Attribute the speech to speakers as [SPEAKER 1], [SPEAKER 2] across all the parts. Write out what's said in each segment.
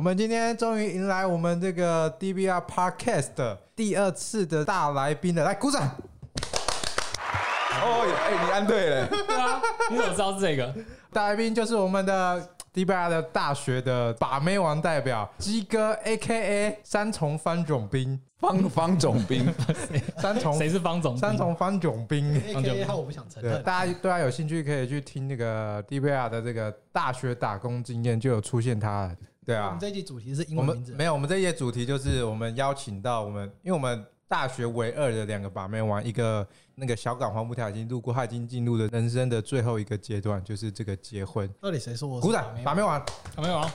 [SPEAKER 1] 们今天终于迎来我们这个 DBR Podcast 第二次的大来宾了，来鼓掌！
[SPEAKER 2] 哦，哎、你按对了，
[SPEAKER 3] 对啊，你怎么知道是这 个？
[SPEAKER 1] 大来宾就是我们的 DBR 的大学的把妹王代表鸡哥 A.K.A 三重翻囧兵，
[SPEAKER 2] 方方总兵，
[SPEAKER 1] 三重
[SPEAKER 3] 谁是方总？
[SPEAKER 1] 三重翻囧兵。
[SPEAKER 3] 那就
[SPEAKER 4] A.K.A. 他我不想承
[SPEAKER 1] 对，
[SPEAKER 4] 认。
[SPEAKER 1] 大家对他有兴趣，可以去听那个 DBR 的这个大学打工经验，就有出现他了。对
[SPEAKER 4] 我
[SPEAKER 1] 啊
[SPEAKER 4] 们，这一集主题是英
[SPEAKER 1] 我
[SPEAKER 4] 文名
[SPEAKER 1] 们
[SPEAKER 4] 字，
[SPEAKER 1] 没有，我们这一节主题就是我们邀请到我们，因为我们大学唯二的两个把妹王，一个那个小港黄浦条已经路过，他已经进入了人生的最后一个阶段，就是这个结婚。
[SPEAKER 4] 到底谁说我是
[SPEAKER 1] 鼓掌
[SPEAKER 4] 把妹，
[SPEAKER 1] 把
[SPEAKER 4] 王？
[SPEAKER 1] 妹王，
[SPEAKER 3] 有没有啊？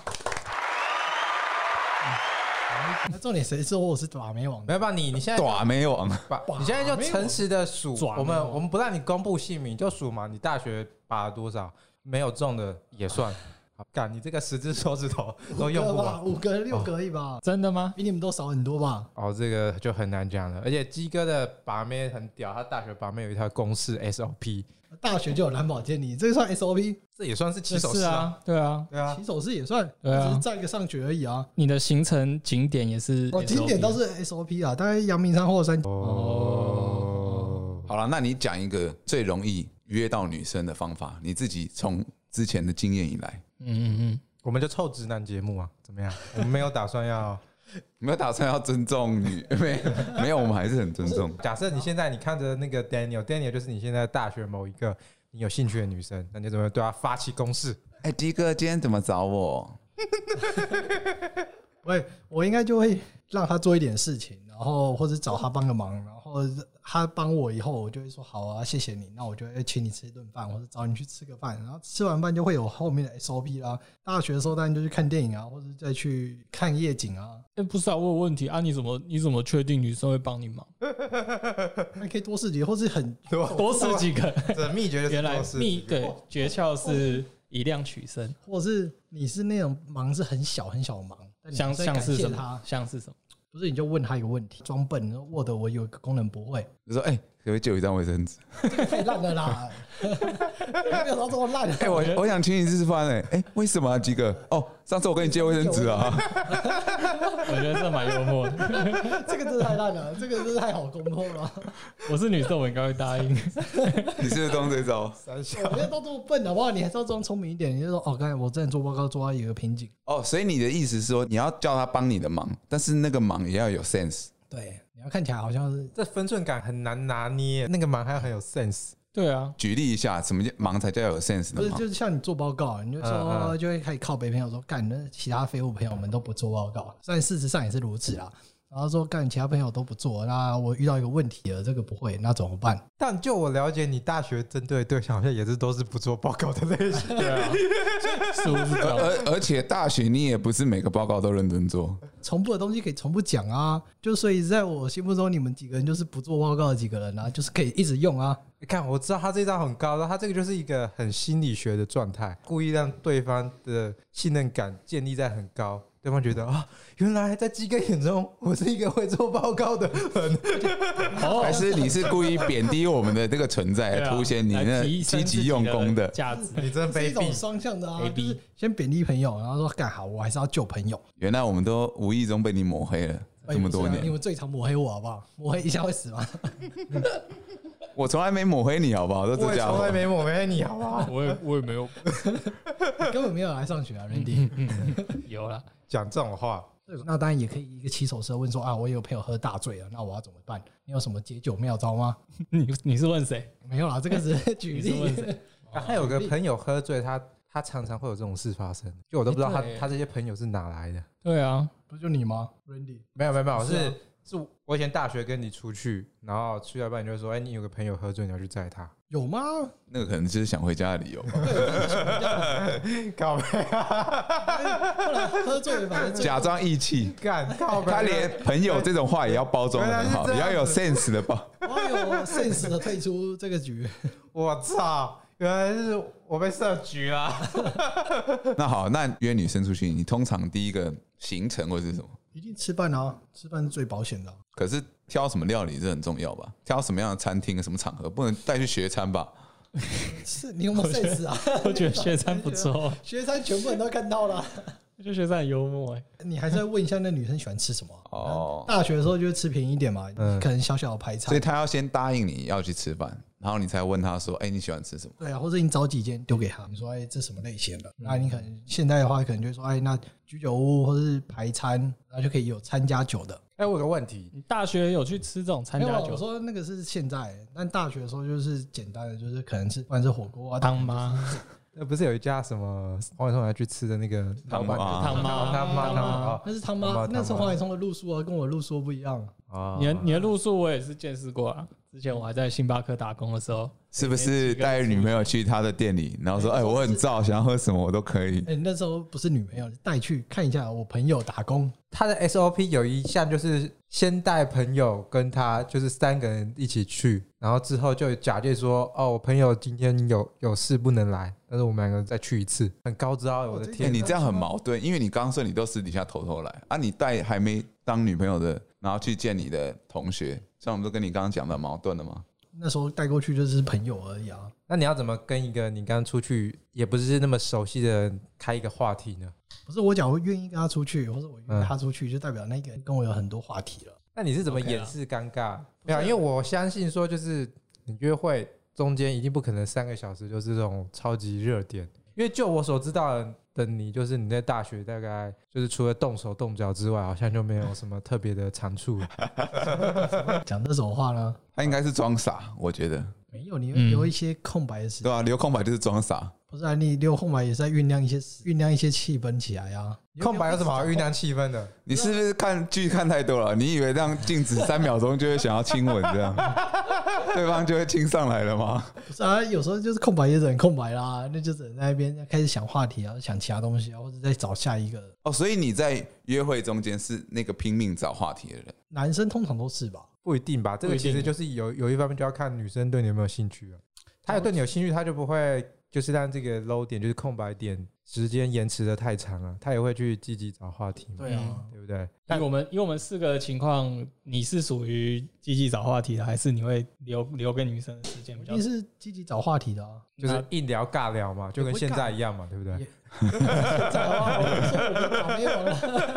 [SPEAKER 4] 那重点谁说我是把妹王的？
[SPEAKER 1] 没有吧？你你现在
[SPEAKER 2] 短啊没网，
[SPEAKER 1] 把，你现在就诚实的数，
[SPEAKER 3] 爪
[SPEAKER 1] 我
[SPEAKER 3] 没
[SPEAKER 1] 们
[SPEAKER 3] 有
[SPEAKER 1] 我们不让你公布姓名，就数嘛。你大学把了多少？没有中的也算。好干，你这个十只手指头都用不啊
[SPEAKER 4] 五个
[SPEAKER 1] 完
[SPEAKER 4] 吧，。五个六个而已吧，
[SPEAKER 3] 真的吗？
[SPEAKER 4] 比你们都少很多吧？
[SPEAKER 1] 哦，这个就很难讲了。而且鸡哥的把妹很屌，他大学把妹有一条公式 SOP，
[SPEAKER 4] 大学就有蓝宝坚尼，这个算 SOP，
[SPEAKER 1] 这也算是起手
[SPEAKER 3] 是
[SPEAKER 1] 式。
[SPEAKER 3] 啊，对啊，
[SPEAKER 1] 对啊，
[SPEAKER 4] 骑手式也算，
[SPEAKER 3] 对啊
[SPEAKER 4] 只是占个上学而已啊。
[SPEAKER 3] 你的行程景点也是
[SPEAKER 4] 哦，景点倒是 SOP 啊，大概阳明山、后山，
[SPEAKER 3] 哦，
[SPEAKER 2] 好了，那你讲一个最容易约到女生的方法，你自己从之前的经验以来，
[SPEAKER 3] 嗯嗯
[SPEAKER 1] 我们就凑直男节目啊，怎么样？我们没有打算 要。
[SPEAKER 2] 有没有打算要尊重女？ 没没有，我们还是很尊重。
[SPEAKER 1] 假设你现在你看着那个 Daniel，Daniel 就是你现在大学某一个你有兴趣的女生，那你怎么对她啊发起攻势？
[SPEAKER 2] 哎、迪哥今天怎么找我？
[SPEAKER 4] 喂，我应该就会让他做一点事情，然后或者找他帮个忙，然后他帮我以后，我就会说好啊，谢谢你，那我就会请你吃一顿饭，或者找你去吃个饭，然后吃完饭就会有后面的 SOP 啦。大学的时候当然就去看电影啊，或者再去看夜景啊，
[SPEAKER 3] 嗯，哎，不是啊，我有问题啊，你怎么你怎么确定女生会帮你忙？
[SPEAKER 4] 那可以多试几，或是 很
[SPEAKER 3] 多死几 个，
[SPEAKER 1] 这秘诀就是
[SPEAKER 3] 原来
[SPEAKER 1] 做事
[SPEAKER 3] 秘对诀窍是以量取胜，
[SPEAKER 4] 或是你是那种忙是很小很小的忙，但你
[SPEAKER 3] 像
[SPEAKER 4] 还是会
[SPEAKER 3] 像
[SPEAKER 4] 感
[SPEAKER 3] 是
[SPEAKER 4] 谢
[SPEAKER 3] 什
[SPEAKER 4] 他
[SPEAKER 3] 么？，像是什么？
[SPEAKER 4] 不是你就问他一个问题，装笨，Word 我有一个功能不会，
[SPEAKER 2] 就说哎、可不可以借我一张卫生纸？
[SPEAKER 4] 太烂了啦，没有到这么烂。
[SPEAKER 2] 哎、我我想请你吃饭哎、哎、为什么啊，迪哥？哦，上次我跟 你借卫生纸啊。
[SPEAKER 3] 我觉得这蛮幽默的。
[SPEAKER 4] 这个真的太烂了， 这个真的太好攻破了。
[SPEAKER 3] 我是女生，我应该会答应。
[SPEAKER 2] 你是不是都用这招？
[SPEAKER 1] 三小
[SPEAKER 4] 我没有都这么笨好不好？你还是要装聪明一点。你就说哦，刚才我之前做报告做到一个瓶颈，
[SPEAKER 2] 哦，所以你的意思是说，你要叫他帮你的忙，但是那个忙也要有 sense。
[SPEAKER 4] 对，你要看起来好像是
[SPEAKER 1] 这分寸感很难拿捏，那个蛮还很有 sense。
[SPEAKER 3] 对啊，
[SPEAKER 2] 举例一下，什么叫忙才叫有 sense
[SPEAKER 4] 不
[SPEAKER 2] 的
[SPEAKER 4] 是
[SPEAKER 2] 忙？
[SPEAKER 4] 就是像你做报告，你就
[SPEAKER 1] 嗯
[SPEAKER 4] 说哦就会开始靠北朋友说，干那其他废物朋友们都不做报告，但事实上也是如此啦。然后说干其他朋友都不做，那我遇到一个问题了，这个不会，那怎么办？
[SPEAKER 1] 但就我了解，你大学针对的对象好像也是都是不做报告的类型。
[SPEAKER 3] 对 啊，是不是这样？
[SPEAKER 2] 而而且大学你也不是每个报告都认真做，
[SPEAKER 4] 重复的东西可以重复讲啊，就所以在我心目中，你们几个人就是不做报告的几个人啊，就是可以一直用啊。
[SPEAKER 1] 你看，我知道他这招很高，但他这个就是一个很心理学的状态，故意让对方的信任感建立在很高，对方觉得啊、原来在鸡哥眼中，我是一个会做报告的人。
[SPEAKER 2] 还是你是故意贬低我们的这个存在，
[SPEAKER 3] 对啊
[SPEAKER 2] 哎凸显你
[SPEAKER 3] 来
[SPEAKER 2] 那
[SPEAKER 3] 提升
[SPEAKER 2] 积
[SPEAKER 3] 自
[SPEAKER 2] 极
[SPEAKER 3] 己
[SPEAKER 2] 用功
[SPEAKER 3] 的
[SPEAKER 2] 的？
[SPEAKER 3] 价值。
[SPEAKER 1] 你真
[SPEAKER 4] 是一
[SPEAKER 1] 卑
[SPEAKER 4] 种
[SPEAKER 1] 鄙！
[SPEAKER 4] 双向的啊，
[SPEAKER 3] 卑鄙
[SPEAKER 4] 就是先贬低朋友，然后说干好，我还是要救朋友。
[SPEAKER 2] 原来我们都无意中被你抹黑了
[SPEAKER 4] 哎
[SPEAKER 2] 这
[SPEAKER 4] 不
[SPEAKER 2] 么多
[SPEAKER 4] 是啊你
[SPEAKER 2] 年，
[SPEAKER 4] 们最常抹黑我好不好？抹黑一下会死 吗？
[SPEAKER 2] 我从来没抹黑你，好不好？都
[SPEAKER 1] 我
[SPEAKER 2] 这哦
[SPEAKER 1] 也
[SPEAKER 2] 家
[SPEAKER 1] 从
[SPEAKER 2] 伙
[SPEAKER 1] 来，没抹黑你，好不好？
[SPEAKER 3] 我也我也没有
[SPEAKER 4] 根本没有来上学啊，Randy。
[SPEAKER 2] 嗯
[SPEAKER 3] 有啦，
[SPEAKER 1] 讲这种话，
[SPEAKER 4] 对那当然也可以一个起手式问说啊，我有朋友喝大醉啊了，那我要怎么办？你有什么解酒妙招吗？
[SPEAKER 3] 你你是问谁？
[SPEAKER 4] 没有啦，这个只是举
[SPEAKER 3] 你是问
[SPEAKER 4] 例。
[SPEAKER 3] 谁？
[SPEAKER 1] 啊他有个朋友喝醉，他他常常会有这种事发生，就我都不知道他
[SPEAKER 3] 哎对
[SPEAKER 1] 他这些朋友是哪来的。
[SPEAKER 3] 对啊，
[SPEAKER 4] 不就你吗，Randy？
[SPEAKER 1] 没有没有没有，
[SPEAKER 4] 是啊
[SPEAKER 1] 是是我以前大学跟你出去，然后去到一半你就说，哎，你有个朋友喝醉，你要去载 他。
[SPEAKER 4] 有吗？
[SPEAKER 2] 那个可能就是想回家的理由吧。
[SPEAKER 1] 靠背
[SPEAKER 4] 喝醉了反正醉
[SPEAKER 2] 假装义气，
[SPEAKER 1] 干 靠背，
[SPEAKER 2] 他连朋友这种话也要包装的很好，
[SPEAKER 1] 原
[SPEAKER 2] 也
[SPEAKER 1] 来
[SPEAKER 2] 要
[SPEAKER 1] 是
[SPEAKER 2] 有 sense 的 包。
[SPEAKER 4] 我要有 sense 的退出这个局。
[SPEAKER 1] 我操，原来是我被设局了。
[SPEAKER 2] 那好，那约女生出去，你通常第一个行程会是什么？
[SPEAKER 4] 一定吃饭啊，吃饭是最保险的啊。
[SPEAKER 2] 可是挑什么料理这很重要吧？挑什么样的餐厅、什么场合，不能带去学餐吧？
[SPEAKER 4] 是你有没有 sense 啊？
[SPEAKER 3] 我觉得雪山不错，
[SPEAKER 4] 学生全部人都看到了，
[SPEAKER 3] 这学生很幽默哎、
[SPEAKER 4] 你还是要问一下那女生喜欢吃什么啊、
[SPEAKER 2] 哦
[SPEAKER 4] 大学的时候就会吃便宜一点嘛，
[SPEAKER 1] 嗯
[SPEAKER 4] 可能小小的排
[SPEAKER 2] 所以
[SPEAKER 4] 餐，
[SPEAKER 2] 他要先答应你要去吃饭，然后你才问他说：“哎、你喜欢吃什么
[SPEAKER 4] 对啊，或者你找几间丢给他，你说哎这什么类型的？那你可能现在的话，可能就说哎那居酒屋或是排餐，然后就可以有参加酒的。
[SPEAKER 1] 哎，我有个问题，
[SPEAKER 3] 你大学有去吃这种参
[SPEAKER 4] 没有
[SPEAKER 3] 加
[SPEAKER 4] 啊，我
[SPEAKER 3] 酒
[SPEAKER 4] 说那个是现在，但大学的时候就是简单的，就是可能是不管是火锅啊，
[SPEAKER 3] 汤妈
[SPEAKER 1] 那呃不是有一家什么黄伟松来去吃的那个
[SPEAKER 2] 汤
[SPEAKER 1] 板
[SPEAKER 2] 妈
[SPEAKER 3] 汤妈
[SPEAKER 1] 汤妈汤妈啊
[SPEAKER 4] 那是汤
[SPEAKER 1] 汤妈
[SPEAKER 4] 妈，那
[SPEAKER 1] 汤
[SPEAKER 4] 是
[SPEAKER 1] 妈
[SPEAKER 4] 黄海松的路数啊，跟我的路数不一样。
[SPEAKER 1] 啊
[SPEAKER 3] 你的你的路数我也是见识过啊。之前我还在星巴克打工的时候，？”
[SPEAKER 2] 是不是带女朋友去他的店里，然后说：“哎、我很燥，想要喝什么我都可以。
[SPEAKER 4] 哎、那时候不是女朋友，带去看一下我朋友打工，
[SPEAKER 1] 他的 SOP 有一项就是先带朋友跟他就是三个人一起去，然后之后就假借说哦，我朋友今天有有事不能来，但是我们两个再去一次，很高招欸，我的
[SPEAKER 4] 这”
[SPEAKER 2] 哎、
[SPEAKER 1] 天！
[SPEAKER 2] 你这样很矛盾，因为你刚刚说你都私底下偷偷来啊，你带还没当女朋友的，然后去见你的同学，像我们都跟你刚刚讲的矛盾了嘛。
[SPEAKER 4] 那时候带过去就是朋友而已啊。
[SPEAKER 1] 那你要怎么跟一个你刚出去也不是那么熟悉的人开一个话题呢？
[SPEAKER 4] 不是我讲我愿意跟他出去，或者我约他出去，就代表那个人跟我有很多话题了。
[SPEAKER 1] 那你是怎么
[SPEAKER 3] OK 啊
[SPEAKER 1] 掩饰尴尬？没有，因为我相信说，就是你约会中间一定不可能三个小时就是这种超级热点，因为就我所知道的你，就是你在大学大概就是除了动手动脚之外，好像就没有什么特别的长处。
[SPEAKER 4] 讲这种话呢，
[SPEAKER 2] 他应该是装傻，我觉得，
[SPEAKER 4] 没有，你
[SPEAKER 3] 嗯
[SPEAKER 4] 会留一些空白的时间。
[SPEAKER 2] 对吧、留空白就是装傻，
[SPEAKER 4] 不是啊，你留空白也是在酝酿一些酝酿一些气氛起来啊。
[SPEAKER 1] 空白有什么好酝酿气氛的？
[SPEAKER 2] 你是不是看剧看太多了？你以为这样静止三秒钟就会想要亲吻这样，对方就会亲上来了吗？
[SPEAKER 4] 不是啊，有时候就是空白也只能空白啦，那就只能在那边开始想话题啊，想其他东西啊，或者再找下一个。
[SPEAKER 2] 哦，所以你在约会中间是那个拼命找话题的人，
[SPEAKER 4] 男生通常都是吧，
[SPEAKER 1] 不一定吧，这
[SPEAKER 3] 不
[SPEAKER 1] 个
[SPEAKER 3] 一定
[SPEAKER 1] 其实就是有有一方面就要看女生对你有没有兴趣啊。她有对你有兴趣，她就不会就是让这个 low 点就是空白点时间延迟的太长了，她也会去积极找话题嘛，
[SPEAKER 4] 对啊，
[SPEAKER 1] 对不对？
[SPEAKER 3] 以我们以我们四个的情况，你是属于积极找话题的，还是你会留留给女生的时间比
[SPEAKER 4] 一
[SPEAKER 3] 较
[SPEAKER 4] 定？是积极找话题的啊。
[SPEAKER 1] 就是硬聊尬聊嘛，就跟现在一样嘛，对不对
[SPEAKER 4] 也？找啊，我不是我们找没有了，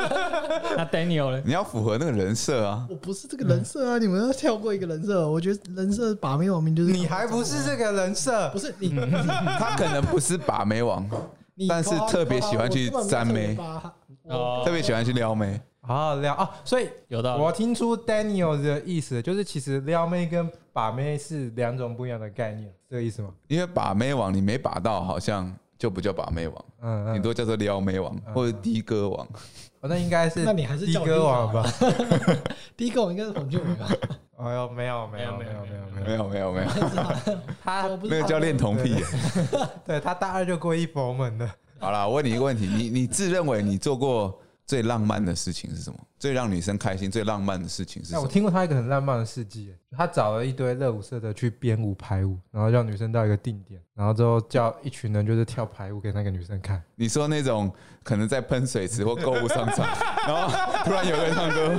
[SPEAKER 3] 那那 Daniel 呢？
[SPEAKER 2] 你要符合那个人设啊。
[SPEAKER 4] 我不是这个人设啊，你们要跳过一个人设。我觉得人设把没有名就是
[SPEAKER 1] 你还不是这个人设
[SPEAKER 4] 不，是你，
[SPEAKER 2] 他可能不是把妹王，
[SPEAKER 4] 你
[SPEAKER 2] 但是特别喜欢去沾妹
[SPEAKER 3] 哦
[SPEAKER 2] 特别喜欢去撩妹。
[SPEAKER 1] 好好聊哦。所以
[SPEAKER 3] 有道理
[SPEAKER 1] 我听出 Daniel 的意思，就是其实撩妹跟把妹是两种不一样的概念，这个意思吗？
[SPEAKER 2] 因为把妹王你没把到，好像就不叫把妹王，
[SPEAKER 1] 嗯嗯，
[SPEAKER 2] 顶多叫做撩妹王
[SPEAKER 1] 嗯
[SPEAKER 2] 或者的哥王。
[SPEAKER 1] 哦那应该是
[SPEAKER 4] 那你还是
[SPEAKER 1] 的
[SPEAKER 4] 叫
[SPEAKER 1] 哥网吧？
[SPEAKER 4] 第一个我应该是黄俊伟吧？
[SPEAKER 1] 哎呦，没有没有没
[SPEAKER 3] 没
[SPEAKER 1] 有
[SPEAKER 3] 有
[SPEAKER 1] 没
[SPEAKER 3] 没
[SPEAKER 1] 有
[SPEAKER 3] 有
[SPEAKER 1] 没有，
[SPEAKER 2] 没有没有没有，
[SPEAKER 1] 他
[SPEAKER 4] 我不是
[SPEAKER 2] 那个叫恋童癖。
[SPEAKER 1] 对他大二就皈依佛门了。
[SPEAKER 2] 好啦，我问你一个问题，你你自认为你做过最浪漫的事情是什么？最让女生开心、最浪漫的事情是什
[SPEAKER 1] 那我
[SPEAKER 2] 么？
[SPEAKER 1] 听过他一个很浪漫的事迹耶，他找了一堆热舞社的去编舞排舞，然后让女生到一个定点，然后之后叫一群人就是跳排舞给那个女生看。
[SPEAKER 2] 你说那种可能在喷水池或购物商 场，然后突然有个人唱歌，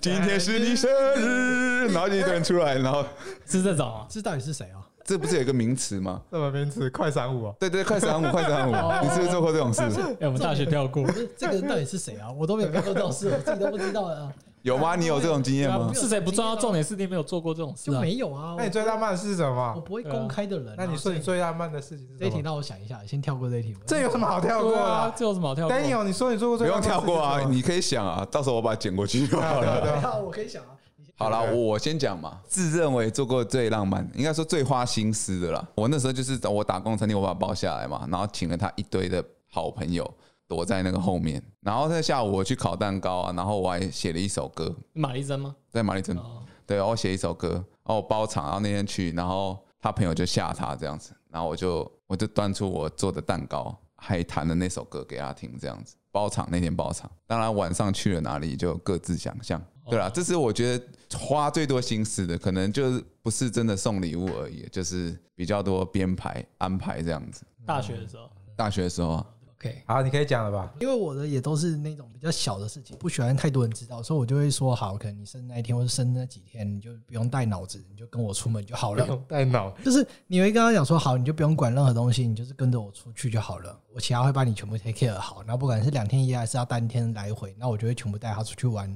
[SPEAKER 2] 今天是你生日， 然后就一堆人出来，然后
[SPEAKER 3] 是这种啊？
[SPEAKER 4] 这到底是谁啊？
[SPEAKER 2] 这不是有一个名词吗？
[SPEAKER 1] 什
[SPEAKER 2] 哦
[SPEAKER 1] 么名词？快闪舞哦。
[SPEAKER 2] 对对，快闪舞，快闪舞，你是不是做过这种事？
[SPEAKER 3] 哎，我们大学跳过
[SPEAKER 4] 不，是这个人到底是谁啊？我都没有看过到是，我自己都不知道啊，
[SPEAKER 2] 有吗？你有这种经验 吗？
[SPEAKER 3] 是谁不重要，重点是你没有做过这种事
[SPEAKER 4] 就
[SPEAKER 3] 啊。
[SPEAKER 4] 没有啊。
[SPEAKER 1] 那你最浪漫的是什
[SPEAKER 4] 我我
[SPEAKER 1] 么？
[SPEAKER 4] 不会公开的人啊。
[SPEAKER 1] 那你说你
[SPEAKER 4] 所以
[SPEAKER 1] 最浪漫的事情是
[SPEAKER 4] 这一题
[SPEAKER 1] 什么？
[SPEAKER 4] 让我想一下，先跳过这一题。
[SPEAKER 1] 这有什么好跳过
[SPEAKER 3] 对啊，
[SPEAKER 1] 的
[SPEAKER 3] 这有什么好跳过？
[SPEAKER 1] ？Daniel，你说你做过
[SPEAKER 2] 不
[SPEAKER 1] 最
[SPEAKER 2] 用
[SPEAKER 1] 浪漫的
[SPEAKER 2] 跳
[SPEAKER 1] 事情
[SPEAKER 2] 过
[SPEAKER 1] 是
[SPEAKER 2] 啊，
[SPEAKER 1] 什么
[SPEAKER 2] 你可以想啊，到时候我把它剪过去就好
[SPEAKER 1] 对
[SPEAKER 2] 了。
[SPEAKER 1] 对
[SPEAKER 4] 对
[SPEAKER 1] 对
[SPEAKER 4] 啊，我可以想啊。你先
[SPEAKER 2] 好啦，我我先讲嘛，自认为做过最浪漫，应该说最花心思的啦。我那时候就是我打工餐厅，我把它包下来嘛，然后请了他一堆的好朋友躲在那个后面，然后在下午我去烤蛋糕啊，然后我还写了一首歌，
[SPEAKER 3] 玛丽珍吗？
[SPEAKER 2] 在玛丽镇
[SPEAKER 3] 哦，
[SPEAKER 2] 对，我写一首歌，然后我包场，然后那天去，然后他朋友就吓他这样子，然后我就我就端出我做的蛋糕，还弹了那首歌给他听，这样子包场那天包场，当然晚上去了哪里就各自想象，对啦，这是我觉得花最多心思的，可能就是不是真的送礼物而已，就是比较多编排安排这样子。
[SPEAKER 3] 大学的时候，
[SPEAKER 1] 嗯
[SPEAKER 2] 大学的时候啊，
[SPEAKER 3] OK，
[SPEAKER 1] 好，你可以讲了吧？
[SPEAKER 4] 因为我的也都是那种比较小的事情，不喜欢太多人知道，所以我就会说好，可能你生日那一天或者生日那几天，你就不用带脑子，你就跟我出门就好了。
[SPEAKER 1] 带脑，
[SPEAKER 4] 就是你会跟他讲说好，你就不用管任何东西，你就是跟着我出去就好了，我其他会把你全部 take care 好。然后不管是两天一夜还是要单天来回，那我就会全部带他出去玩，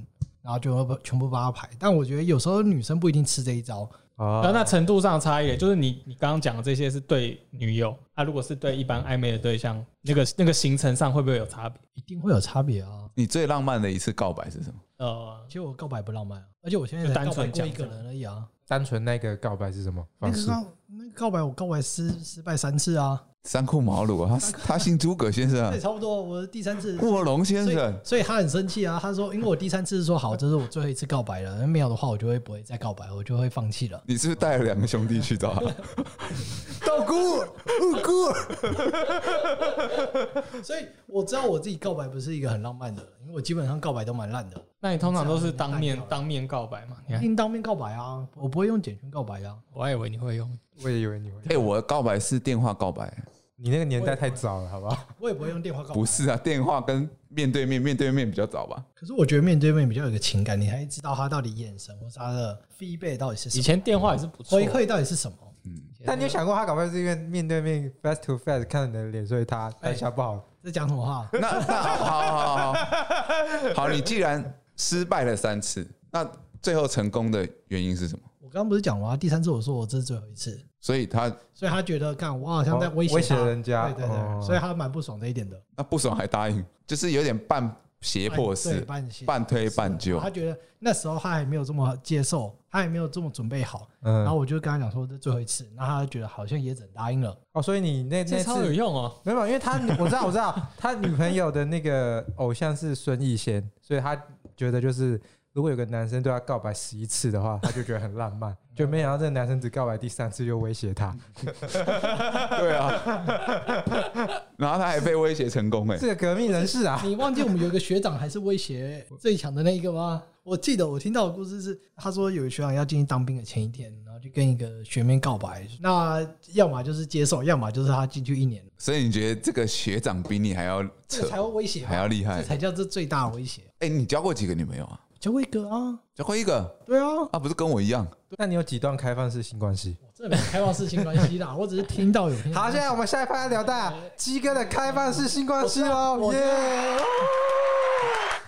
[SPEAKER 4] 然后就会把全部帮他排。但我觉得有时候女生不一定吃这一招，
[SPEAKER 1] 啊
[SPEAKER 4] 呃
[SPEAKER 3] 然后那程度上差异，就是你你刚刚讲的这些是对女友，啊，如果是对一般暧昧的对象，那个那个行程上会不会有差别？
[SPEAKER 4] 一定会有差别啊。
[SPEAKER 2] 你最浪漫的一次告白是什么？
[SPEAKER 3] 呃，
[SPEAKER 4] 其实我告白不浪漫啊，而且我现在
[SPEAKER 3] 就
[SPEAKER 4] 才
[SPEAKER 3] 单
[SPEAKER 4] 告白
[SPEAKER 3] 纯
[SPEAKER 4] 过
[SPEAKER 3] 讲
[SPEAKER 4] 一个
[SPEAKER 3] 这样
[SPEAKER 4] 人而已啊。
[SPEAKER 1] 单纯那个告白是什么
[SPEAKER 4] 那
[SPEAKER 1] 方
[SPEAKER 4] 个
[SPEAKER 1] 式？
[SPEAKER 4] 告那个告白我告白失失败三次啊，
[SPEAKER 2] 三顾茅庐啊，他他姓诸葛先 生啊
[SPEAKER 4] 对，，差不多我的第三次。
[SPEAKER 2] 卧龙先
[SPEAKER 4] 所以
[SPEAKER 2] 生，，
[SPEAKER 4] 所以他很生气啊！他说，因为我第三次说好，这是我最后一次告白了，没有的话，我就会不会再告白，我就会放弃了。
[SPEAKER 2] 你是不是带了两个兄弟去找他？
[SPEAKER 1] 道姑，道姑，
[SPEAKER 4] 所以我知道我自己告白不是一个很浪漫的人，因为我基本上告白都蛮烂的，
[SPEAKER 3] 那你通常都是当面
[SPEAKER 4] 这样
[SPEAKER 3] 当面告白嘛？你
[SPEAKER 4] 一
[SPEAKER 3] 看，
[SPEAKER 4] 定当面告白啊，我不会用简讯告白啊。
[SPEAKER 3] 我还以为你会用，
[SPEAKER 1] 我也以为你会，
[SPEAKER 2] 哎，我的告白是电话告白，
[SPEAKER 1] 你那个年代太早了，好不好？
[SPEAKER 4] 我也不会用电话告白。
[SPEAKER 2] 不，是啊，电话跟面对面，面对面比较早吧？
[SPEAKER 4] 可是我觉得面对面比较有个情感，你还知道他到底眼神或是他的 feedback 到底是什
[SPEAKER 3] 以
[SPEAKER 4] 么，
[SPEAKER 3] 前电话也是不错
[SPEAKER 4] 回，馈到底是什么。
[SPEAKER 2] 嗯，
[SPEAKER 1] 但你有想过，他搞不好是因为面对面 face to face 看你的脸，所以他
[SPEAKER 4] 哎
[SPEAKER 1] 当下不好。
[SPEAKER 4] 在讲什么话？
[SPEAKER 2] 那那好好好好好，你既然失败了三次，那最后成功的原因是什么？
[SPEAKER 4] 我刚刚不是讲吗？第三次我说我这是最后一次，
[SPEAKER 2] 所以他
[SPEAKER 4] 所以他觉得干我好像在威胁
[SPEAKER 1] 哦威
[SPEAKER 4] 他
[SPEAKER 1] 胁人家
[SPEAKER 4] 对对对，
[SPEAKER 1] 哦
[SPEAKER 4] 所以他蛮不爽这一点的。
[SPEAKER 2] 那不爽还答应，就是有点半胁迫
[SPEAKER 4] 对
[SPEAKER 2] 式，
[SPEAKER 4] 半胁
[SPEAKER 2] 半推半就。
[SPEAKER 4] 他觉得那时候他还没有这么接受，他还没有这么准备好。然后
[SPEAKER 1] 嗯，
[SPEAKER 4] 我就跟他讲说这最后一次，那他觉得好像也只能答应了。
[SPEAKER 1] 哦，所以你那
[SPEAKER 3] 这
[SPEAKER 1] 那
[SPEAKER 3] 超有
[SPEAKER 1] 次
[SPEAKER 3] 用哦。
[SPEAKER 1] 没有，因为他我知道我知道他女朋友的那个偶像是孙艺仙，所以他觉得就是如果有个男生对他告白十一次的话，他就觉得很浪漫，就没想到这个男生只告白第三次就威胁他，
[SPEAKER 2] 对啊，然后他还被威胁成功哎、
[SPEAKER 1] 这个革命人士啊，
[SPEAKER 4] 你忘记我们有一个学长还是威胁最强的那一个吗？我记得我听到的故事是，他说有个学长要进去当兵的前一天，然后就跟一个学妹告白，那要么就是接受，要么就是他进去一年，
[SPEAKER 2] 所以你觉得这个学长比你还要
[SPEAKER 4] 这
[SPEAKER 2] 扯
[SPEAKER 4] 个，才会威胁
[SPEAKER 2] 还
[SPEAKER 4] 吧，
[SPEAKER 2] 要厉害
[SPEAKER 4] 这？才叫这最大的威胁。
[SPEAKER 2] 哎、你交过几个女朋友啊？
[SPEAKER 4] 就威哥啊，
[SPEAKER 2] 交过一个，
[SPEAKER 4] 对啊，
[SPEAKER 2] 啊，不是跟我一样，
[SPEAKER 1] 那你有几段开放式性关系？
[SPEAKER 4] 我这没有开放式性关系啦，我只是听到有听到。
[SPEAKER 1] 好，现在我们下一趴要聊到鸡哥的开放式性关系喽，
[SPEAKER 4] 我知
[SPEAKER 1] 耶
[SPEAKER 4] 道！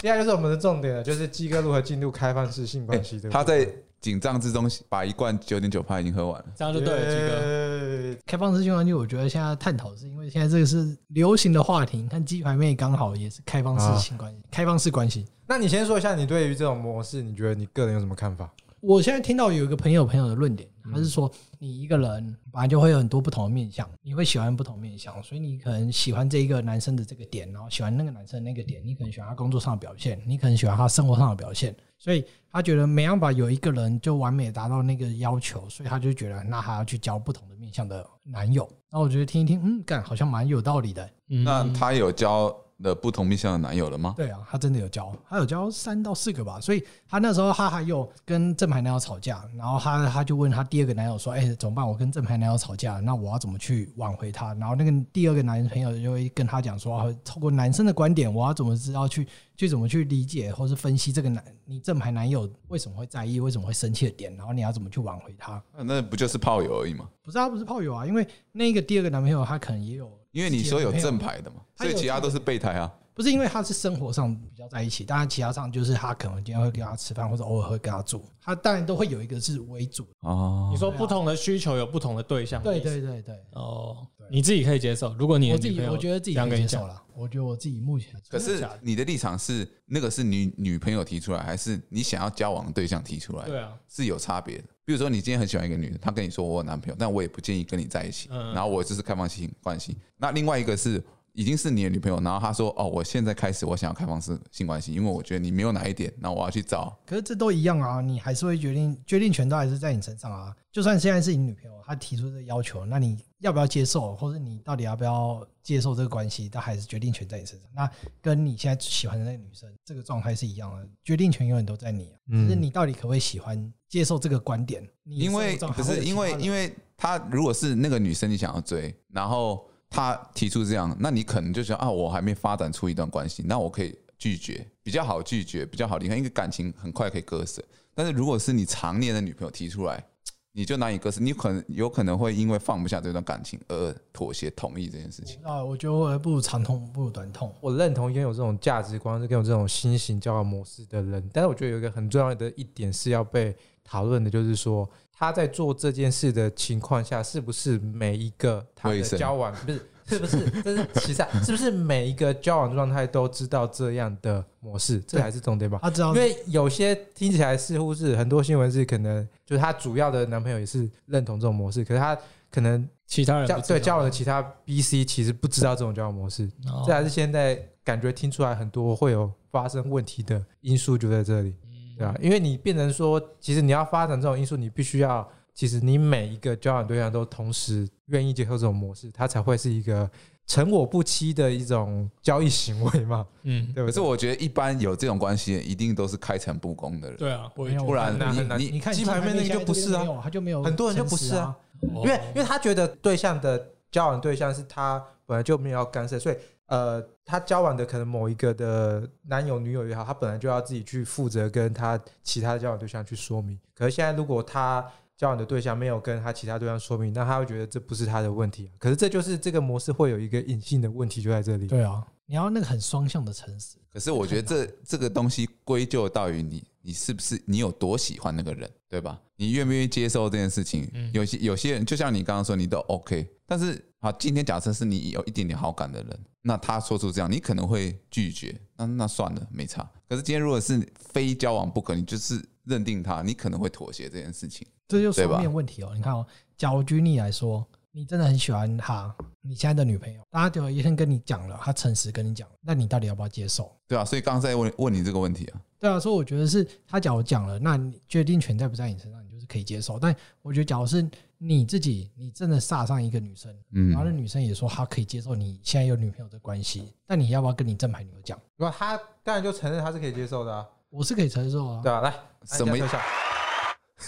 [SPEAKER 1] 接下来就是我们的重点了，就是鸡哥如何进入开放式性关系。对不对
[SPEAKER 2] 他在紧张之中把一罐九点九趴已经喝完了。
[SPEAKER 3] 这样就对了，鸡哥。
[SPEAKER 1] 耶
[SPEAKER 4] 开放式性关系，我觉得现在探讨是因为现在这个是流行的话题。你看鸡排妹刚好也是开放式性关系，开放式关系。
[SPEAKER 1] 那你先说一下，你对于这种模式，你觉得你个人有什么看法？
[SPEAKER 4] 我现在听到有一个朋友朋友的论点，他是说你一个人本来就会有很多不同的面相，你会喜欢不同面相，所以你可能喜欢这一个男生的这个点，然后喜欢那个男生的那个点，你可能喜欢他工作上的表现，你可能喜欢他生活上的表现，所以他觉得没办法有一个人就完美达到那个要求，所以他就觉得那还要去交不同的面相的男友。那我觉得听一听，嗯，干好像蛮有道理的。
[SPEAKER 3] 嗯
[SPEAKER 2] 那他有交了不同面向的男友了吗？
[SPEAKER 4] 对啊，他真的有教，他有教三到四个吧，所以他那时候他还有跟正牌男友吵架，然后他他就问他第二个男友说：“哎、怎么办？我跟正牌男友吵架，那我要怎么去挽回他？”然后那个第二个男朋友就会跟他讲说：“啊透过男生的观点，我要怎么知道去去怎么去理解或是分析这个男你正牌男友为什么会在意，为什么会生气的点，然后你要怎么去挽回他？”
[SPEAKER 2] 啊那不就是炮友而已嘛？
[SPEAKER 4] 不是他不是炮友啊，因为那个第二个男朋友他可能也有，
[SPEAKER 2] 因为你说有正牌的嘛，
[SPEAKER 4] 他
[SPEAKER 2] 所
[SPEAKER 4] 啊有
[SPEAKER 2] 以其他都是备胎啊。
[SPEAKER 4] 不是因为他是生活上比较在一起，当然其他上就是他可能今天会跟他吃饭，或者偶尔会跟他住，他当然都会有一个是为主。
[SPEAKER 2] 哦
[SPEAKER 3] 你，说不同的需求有不同的对象，
[SPEAKER 4] 对对对对，
[SPEAKER 3] 哦，你自己可以接受。如果你
[SPEAKER 4] 我
[SPEAKER 3] 的
[SPEAKER 4] 自
[SPEAKER 3] 女
[SPEAKER 4] 己
[SPEAKER 3] 朋友
[SPEAKER 4] 我觉得自己
[SPEAKER 3] 这样
[SPEAKER 4] 能
[SPEAKER 3] 跟你
[SPEAKER 4] 接
[SPEAKER 3] 讲
[SPEAKER 4] 受，了，我觉得我自己目前
[SPEAKER 2] 可是
[SPEAKER 3] 真的假的
[SPEAKER 2] 你的立场是那个是女女朋友提出来，还是你想要交往的对象提出来？
[SPEAKER 3] 对啊，
[SPEAKER 2] 是有差别的。比如说，你今天很喜欢一个女的，她跟你说我有男朋友，但我也不建议跟你在一起。
[SPEAKER 3] 嗯
[SPEAKER 2] 然后我就是开放性关系。那另外一个是已经是你的女朋友，然后她说哦，我现在开始我想要开放式性关系，因为我觉得你没有哪一点，那我要去找。
[SPEAKER 4] 可是这都一样啊，你还是会决定决定权都还是在你身上啊。就算现在是你女朋友，她提出这个要求，那你要不要接受，或者你到底要不要接受这个关系，但还是决定权在你身上。那跟你现在喜欢的那个女生这个状态是一样的，决定权永远都在你、啊，
[SPEAKER 1] 嗯
[SPEAKER 4] 只是你到底可不可以喜欢接受这个观点？你
[SPEAKER 2] 因为不是因为因
[SPEAKER 4] 为
[SPEAKER 2] 为她如果是那个女生你想要追，然后。他提出这样，那你可能就想啊，我还没发展出一段关系，那我可以拒绝，比较好拒绝，比较好离开，因为感情很快可以割舍。但是如果是你常年的女朋友提出来，你就难以割舍，你可能有可能会因为放不下这段感情而妥协同意这件事情。
[SPEAKER 4] 那我觉得我还不如长痛不如短痛。
[SPEAKER 1] 我认同拥有这种价值观，是拥有这种新型交往模式的人，但是我觉得有一个很重要的一点是要被讨论的，就是说他在做这件事的情况下，是不是每一个他的
[SPEAKER 2] 卫生
[SPEAKER 1] 交往不是 是不是这是其次啊，是不是每一个交往状态都知道这样的模式，这才是重点吧？
[SPEAKER 4] 他知道
[SPEAKER 1] 因为有些听起来似乎是很多新闻是可能就是她主要的男朋友也是认同这种模式，可是她可能
[SPEAKER 3] 其他人
[SPEAKER 1] 交
[SPEAKER 3] 不知道
[SPEAKER 1] 对交往的其他 B、C 其实不知道这种交往模式，
[SPEAKER 3] 哦
[SPEAKER 1] 这还是现在感觉听出来很多会有发生问题的因素就在这里，对吧、啊因为你变成说，其实你要发展这种因素，你必须要，其实你每一个交往对象都同时愿意接受这种模式，它才会是一个成我不期的一种交易行为嘛，
[SPEAKER 3] 嗯，
[SPEAKER 1] 对不
[SPEAKER 2] 可是
[SPEAKER 1] 对？
[SPEAKER 2] 我觉得一般有这种关系，一定都是开诚布公的人。
[SPEAKER 3] 对啊，我也觉得
[SPEAKER 2] 不然
[SPEAKER 1] 很难很难
[SPEAKER 2] 你
[SPEAKER 4] 你看
[SPEAKER 1] 鸡排妹那个就不是啊，
[SPEAKER 4] 他就没有
[SPEAKER 1] 很多人就不是
[SPEAKER 4] 诚实
[SPEAKER 1] 啊
[SPEAKER 4] 啊，
[SPEAKER 3] 哦
[SPEAKER 1] 因
[SPEAKER 3] 嗯
[SPEAKER 1] 为因为他觉得对象的交往对象是他本来就没有要干涉，所以呃，他交往的可能某一个的男友、女友也好，他本来就要自己去负责跟他其他的交往对象去说明。可是现在如果他交往的对象没有跟他其他对象说明，那他会觉得这不是他的问题啊、可是这就是这个模式会有一个隐性的问题就在这里。
[SPEAKER 4] 对啊，你要那个很双向的诚实，
[SPEAKER 2] 可是我觉得这 这个东西归咎到于你，你是不是你有多喜欢那个人，对吧？你愿不愿意接受这件事情？
[SPEAKER 3] 嗯
[SPEAKER 2] 有些有些人，就像你刚刚说，你都 OK，但是好，今天假设是你有一点点好感的人，那他说出这样，你可能会拒绝，那那算了，没差。可是今天如果是非交往不可，你就是认定他，你可能会妥协这件事情。
[SPEAKER 4] 这就
[SPEAKER 2] 对吧
[SPEAKER 4] 双面问题哦。你看哦，假如举你来说，你真的很喜欢他，你现在的女朋友，大家有一天跟你讲了，他诚实跟你讲，那你到底要不要接受？
[SPEAKER 2] 对啊，所以刚才问问你这个问题啊，
[SPEAKER 4] 对啊，所以我觉得是他假如讲了，那你决定权在不在你身上，你就是可以接受。但我觉得，假如是你自己，你真的煞上一个女生，
[SPEAKER 2] 嗯
[SPEAKER 4] 然后那女生也说她可以接受你现在有女朋友的关系，但你要不要跟你正牌女友讲？
[SPEAKER 1] 那他当然就承认他是可以接受的啊，
[SPEAKER 4] 我是可以承受啊，
[SPEAKER 1] 对吧、来，
[SPEAKER 2] 什么
[SPEAKER 1] 按一下特效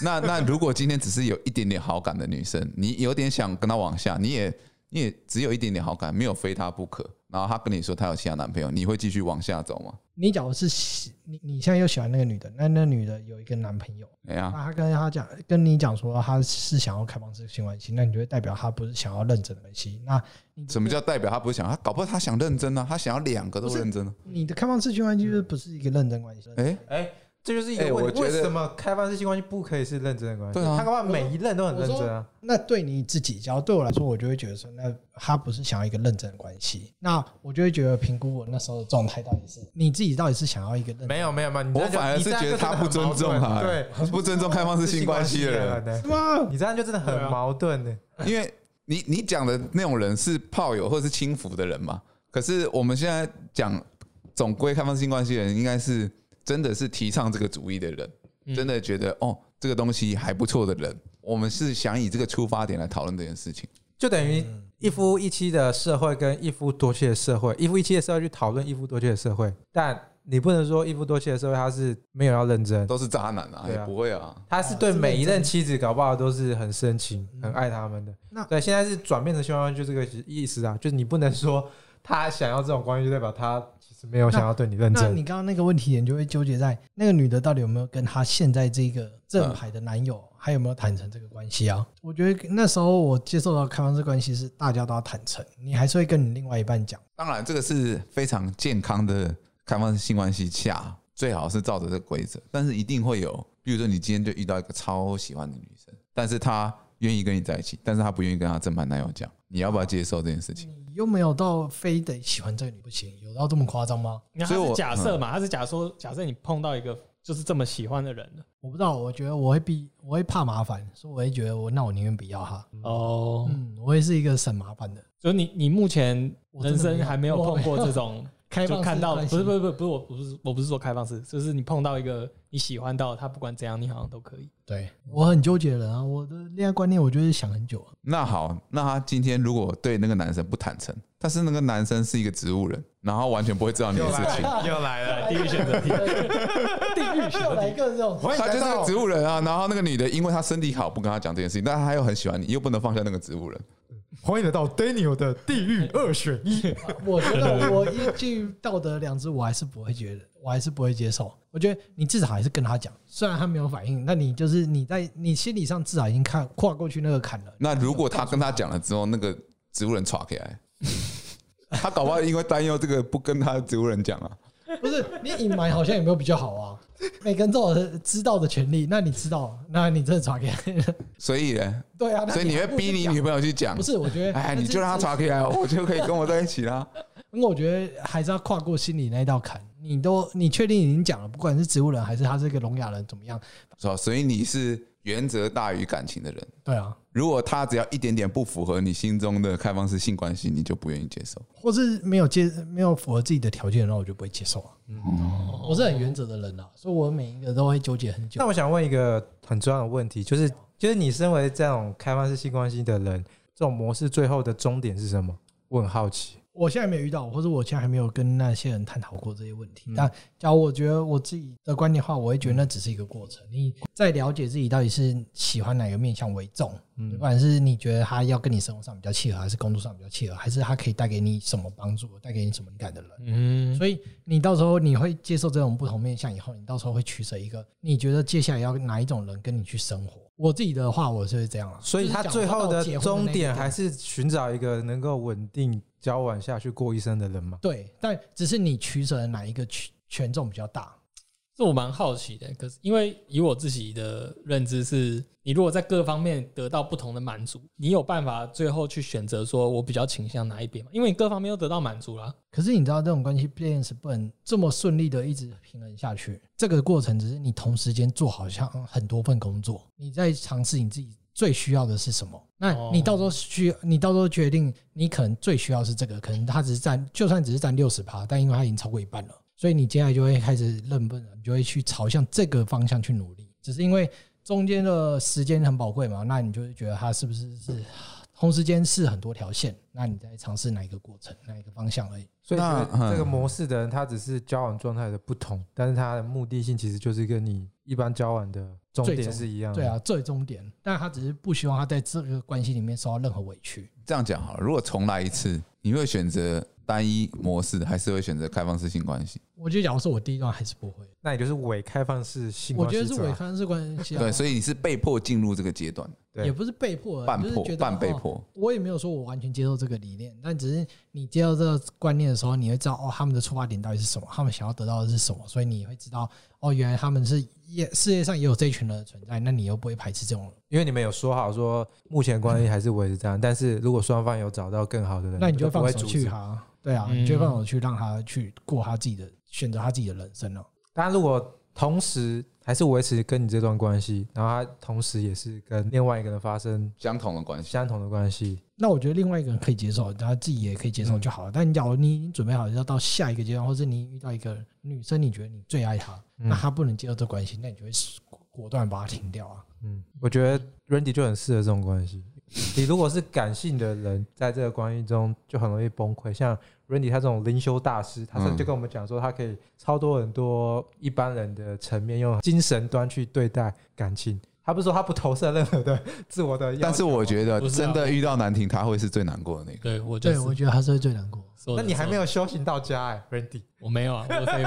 [SPEAKER 2] 那那如果今天只是有一点点好感的女生，你有点想跟她往下，你也你也只有一点点好感，没有非她不可，然后她跟你说她有其他男朋友，你会继续往下走吗？
[SPEAKER 4] 你假如是喜你你现在又喜欢那个女的，那那女的有一个男朋友，
[SPEAKER 2] 哎
[SPEAKER 1] 啊
[SPEAKER 2] 呀、
[SPEAKER 4] 那她啊跟她讲跟你讲说她是想要开放式性关系，那你就会代表她不是想要认真的关系。那你
[SPEAKER 2] 什么叫代表她不想？她搞不好她想认真呢、啊，她想要两个都认真呢、啊
[SPEAKER 4] 你的开放式性关系就是不是一个认真关系？
[SPEAKER 2] 啊。哎、
[SPEAKER 1] 哎。这就是一
[SPEAKER 2] 哎
[SPEAKER 1] 个问题，
[SPEAKER 2] 我觉
[SPEAKER 1] 为
[SPEAKER 2] 得
[SPEAKER 1] 什么开放式性关系不可以是认真的关系？
[SPEAKER 2] 对啊
[SPEAKER 1] 他搞不好每一任都很
[SPEAKER 4] 我
[SPEAKER 1] 认
[SPEAKER 4] 说
[SPEAKER 1] 真啊。
[SPEAKER 4] 那对你自己，假如对我来说，我就会觉得说，那他不是想要一个认真的关系，那我就会觉得评估我那时候的状态到底是你自己到底是想要一个认真
[SPEAKER 1] 没有没有没有，你这
[SPEAKER 2] 我
[SPEAKER 1] 样就
[SPEAKER 2] 反而
[SPEAKER 1] 你
[SPEAKER 2] 是
[SPEAKER 1] 这样
[SPEAKER 2] 觉
[SPEAKER 1] 就
[SPEAKER 2] 得
[SPEAKER 1] 真的
[SPEAKER 2] 她
[SPEAKER 1] 很
[SPEAKER 2] 不尊
[SPEAKER 1] 矛
[SPEAKER 2] 重
[SPEAKER 1] 盾
[SPEAKER 2] 啊，
[SPEAKER 1] 对，，
[SPEAKER 2] 不尊重开放式性关系的人，
[SPEAKER 1] 人，
[SPEAKER 4] 是吗？
[SPEAKER 1] 你这样就真的很
[SPEAKER 3] 对啊
[SPEAKER 1] 矛盾呢。
[SPEAKER 4] 哎
[SPEAKER 2] 因为你你讲的那种人是炮友或者是轻浮的人嘛，可是我们现在讲总归开放性关系的人，应该是真的是提倡这个主义的人，
[SPEAKER 3] 嗯
[SPEAKER 2] 真的觉得哦这个东西还不错的人，我们是想以这个出发点来讨论这件事情。
[SPEAKER 1] 就等于一夫一妻的社会跟一夫多妻的社会，一夫一妻的社会去讨论一夫多妻的社会，但你不能说一夫多妻的社会它是没有要认真，
[SPEAKER 2] 都是渣男啊，
[SPEAKER 1] 对
[SPEAKER 2] 也
[SPEAKER 1] 啊
[SPEAKER 2] 不会啊。
[SPEAKER 1] 他是对每一任妻子搞不好都是很深情、
[SPEAKER 4] 嗯
[SPEAKER 1] 很爱他们的。
[SPEAKER 4] 那
[SPEAKER 1] 对，现在是转变成性关系就这个意思啊，就是你不能说他想要这种关系，就代表他其实没有想要对你认
[SPEAKER 4] 那
[SPEAKER 1] 真。
[SPEAKER 4] 你刚刚那个问题点就会纠结在那个女的到底有没有跟她现在这个正牌的男友，还有没有坦诚这个关系啊？我觉得那时候我接受到开放式关系是大家都要坦诚，你还是会跟你另外一半讲。
[SPEAKER 2] 当然，这个是非常健康的开放性关系下，最好是照着这个规则。但是一定会有，比如说你今天就遇到一个超喜欢的女生，但是她愿意跟你在一起，但是她不愿意跟她正牌男友讲，你要不要接受这件事
[SPEAKER 1] 嗯
[SPEAKER 2] 情？
[SPEAKER 4] 你又没有到非得喜欢这个女不行，有到这么夸张吗？
[SPEAKER 3] 你看
[SPEAKER 2] 所以
[SPEAKER 3] 他是
[SPEAKER 2] 我嗯
[SPEAKER 3] 假设嘛，他是假说，假设你碰到一个就是这么喜欢的人了
[SPEAKER 4] 我不知道，我觉得我会避，我会怕麻烦，所以我会觉得我那我宁愿不要她。
[SPEAKER 3] 哦，
[SPEAKER 4] 嗯，我也是一个省麻烦的。
[SPEAKER 3] 就是你你目前
[SPEAKER 4] 我真
[SPEAKER 3] 人
[SPEAKER 4] 的没有
[SPEAKER 3] 生还没有碰过这种，
[SPEAKER 4] 开
[SPEAKER 3] 就
[SPEAKER 4] 放
[SPEAKER 3] 看到不
[SPEAKER 4] 式关
[SPEAKER 3] 是不
[SPEAKER 4] 系
[SPEAKER 3] 是不是不是我不是我不是说开放式，就是你碰到一个你喜欢到的他不管怎样你好像都可以，
[SPEAKER 4] 对我很纠结的人啊，我的恋爱观念我就是想很久啊，
[SPEAKER 2] 那好，那她今天如果对那个男生不坦诚，但是那个男生是一个植物人，然后完全不会知道你的事情，
[SPEAKER 1] 又来了，
[SPEAKER 3] 地狱选择 题，地狱选
[SPEAKER 4] 又
[SPEAKER 3] 择
[SPEAKER 4] 来
[SPEAKER 3] 题
[SPEAKER 4] 一。个这种，
[SPEAKER 1] 我也
[SPEAKER 2] 他就是
[SPEAKER 1] 知
[SPEAKER 2] 个
[SPEAKER 1] 道
[SPEAKER 2] 植物人啊。然后那个女的因为她身体好，不跟他讲这件事情，但她又很喜欢你，又不能放下那个植物人，
[SPEAKER 1] 欢迎来到 Daniel 的地狱二选一。
[SPEAKER 4] 我觉得我依据道德良知，我还是不会觉得，我还是不会接受。我觉得你至少还是跟他讲，虽然他没有反应，那你就是你在你心理上至少已经看跨过去那个坎了。
[SPEAKER 2] 那如果他跟他讲了之后，那个植物人抓起来，他搞不好因为担忧这个不跟他的植物人讲啊。
[SPEAKER 4] 不是你隐瞒好像也没有比较好 啊，每个人都有知道的权利。那你知道，那你真的传给
[SPEAKER 2] 所以呢，
[SPEAKER 4] 对啊，那
[SPEAKER 2] 所以你会
[SPEAKER 4] 还不如
[SPEAKER 2] 逼你
[SPEAKER 4] 讲
[SPEAKER 2] 女朋友去讲
[SPEAKER 4] 不，是？我觉得，
[SPEAKER 2] 哎，
[SPEAKER 4] 那
[SPEAKER 2] 你
[SPEAKER 4] 是
[SPEAKER 2] 就让他
[SPEAKER 4] 这
[SPEAKER 2] 抓起来，我就可以跟我在一起啦。
[SPEAKER 4] 因为我觉得还是要跨过心理那一道坎。你都你确定已经讲了，不管是植物人还是他是个聋哑人怎么样，
[SPEAKER 2] 是吧？所以你是原则大于感情的人。
[SPEAKER 4] 对啊，
[SPEAKER 2] 如果他只要一点点不符合你心中的开放式性关系，你就不愿意接受。
[SPEAKER 4] 或是没有接没有符合自己的条件，那我就不会接受啊。我是很原则的人啊，所以我每一个都会纠结很久
[SPEAKER 1] 那。我想问一个很重要的问题，就是就是你身为这种开放式性关系的人，这种模式最后的终点是什么？我很好奇。
[SPEAKER 4] 我现在没有遇到，或者我现在还没有跟那些人探讨过这些问题。
[SPEAKER 1] 嗯
[SPEAKER 4] 但假如我觉得我自己的观点的话，我会觉得那只是一个过程。你在了解自己到底是喜欢哪个面向为重，
[SPEAKER 1] 嗯
[SPEAKER 4] 不管是你觉得他要跟你生活上比较契合，还是工作上比较契合，还是他可以带给你什么帮助，带给你什么灵感的人。
[SPEAKER 3] 嗯，
[SPEAKER 4] 所以你到时候你会接受这种不同面向以后，你到时候会取舍一个，你觉得接下来要哪一种人跟你去生活？我自己的话，我是这样啊。
[SPEAKER 1] 所以他最后的终点还是寻找一个能够稳定交往下去过一生的人嘛？
[SPEAKER 4] 对，但只是你取舍的哪一个权权重比较大。
[SPEAKER 3] 这我蛮好奇的。可是因为以我自己的认知是，你如果在各方面得到不同的满足，你有办法最后去选择说我比较倾向哪一边吗？因为你各方面都得到满足啦。
[SPEAKER 4] 可是你知道这种关系变是不能这么顺利的一直平衡下去，这个过程只是你同时间做好像很多份工作，你在尝试你自己最需要的是什么。那你到时候需你到时候决定你可能最需要是这个，可能它只是占就算只是占六十趴，但因为它已经超过一半了，所以你接下来就会开始认笨了，你就会去朝向这个方向去努力，只是因为中间的时间很宝贵嘛，那你就会觉得它是不是是。同时间是很多条线，那你在尝试哪一个过程、哪一个方向而已。
[SPEAKER 1] 所以
[SPEAKER 2] 那
[SPEAKER 1] 这个这个
[SPEAKER 2] 嗯
[SPEAKER 1] 模式的人，他只是交往状态的不同，但是他的目的性其实就是跟你一般交往的终
[SPEAKER 4] 最
[SPEAKER 1] 点
[SPEAKER 4] 终
[SPEAKER 1] 是一
[SPEAKER 2] 嗯
[SPEAKER 1] 样的。
[SPEAKER 4] 对啊，最终点，但他只是不希望他在这个关系里面受到任何委屈。
[SPEAKER 2] 这样讲好了，如果重来一次，你会选择单一模式，还是会选择开放式性关系？
[SPEAKER 4] 我就假如说我第一段还是不会，
[SPEAKER 1] 那也就是伪开放式性
[SPEAKER 4] 我
[SPEAKER 1] 关系
[SPEAKER 4] 觉
[SPEAKER 1] 者啊。
[SPEAKER 4] 得是伪开放式关系、啊，
[SPEAKER 2] 对，所以你是被迫进入这个阶段，
[SPEAKER 1] 对
[SPEAKER 4] 也不是被迫，
[SPEAKER 2] 半
[SPEAKER 4] 就是
[SPEAKER 2] 迫
[SPEAKER 4] 觉得
[SPEAKER 2] 半被。
[SPEAKER 4] 哦
[SPEAKER 2] 迫。
[SPEAKER 4] 我也没有说我完全接受这个理念，但只是你接受这个观念的时候，你会知道哦，他们的出发点到底是什么，他们想要得到的是什么，所以你会知道哦，原来他们是也世界上也有这一群人的存在，那你又不会排斥这种人，
[SPEAKER 1] 因为你们有说好说目前关系还是维持这样，但是如果双方有找到更好的人，
[SPEAKER 4] 那你就
[SPEAKER 1] 不
[SPEAKER 4] 放
[SPEAKER 1] 会
[SPEAKER 4] 手
[SPEAKER 1] 阻
[SPEAKER 4] 去
[SPEAKER 1] 止。
[SPEAKER 4] 他，对啊，你
[SPEAKER 2] 嗯
[SPEAKER 4] 就放手去让他去过他自己的选择他自己的人生了。
[SPEAKER 1] 但如果同时还是维持跟你这段关系，然后他同时也是跟另外一个人发生
[SPEAKER 2] 相同的关系，
[SPEAKER 1] 相同的关系，
[SPEAKER 4] 那我觉得另外一个人可以接受，然后自己也可以接受就好了。但假如你已经准备好要到下一个阶段，或者你遇到一个女生，你觉得你最爱她，
[SPEAKER 1] 嗯
[SPEAKER 4] 那她不能接受这关系，那你就会果断把她停掉啊。
[SPEAKER 1] 嗯，我觉得 Randy 就很适合这种关系。你如果是感性的人，在这个关系中就很容易崩溃。像 Randy 他这种灵修大师，他是
[SPEAKER 2] 嗯
[SPEAKER 1] 就跟我们讲说，他可以超多很多一般人的层面，用精神端去对待感情。他不是说他不投射任何的自我的要求，
[SPEAKER 2] 但是我觉得
[SPEAKER 3] 不是啊
[SPEAKER 2] 真的遇到难题，他会是最难过的那个。
[SPEAKER 3] 对我就
[SPEAKER 4] 对，
[SPEAKER 3] 是
[SPEAKER 4] 我觉得她是会最难过。
[SPEAKER 3] 说
[SPEAKER 1] 那
[SPEAKER 3] 的
[SPEAKER 1] 你还
[SPEAKER 3] 说
[SPEAKER 1] 没有修行到家哎、r a n d y
[SPEAKER 3] 我没有啊，我可以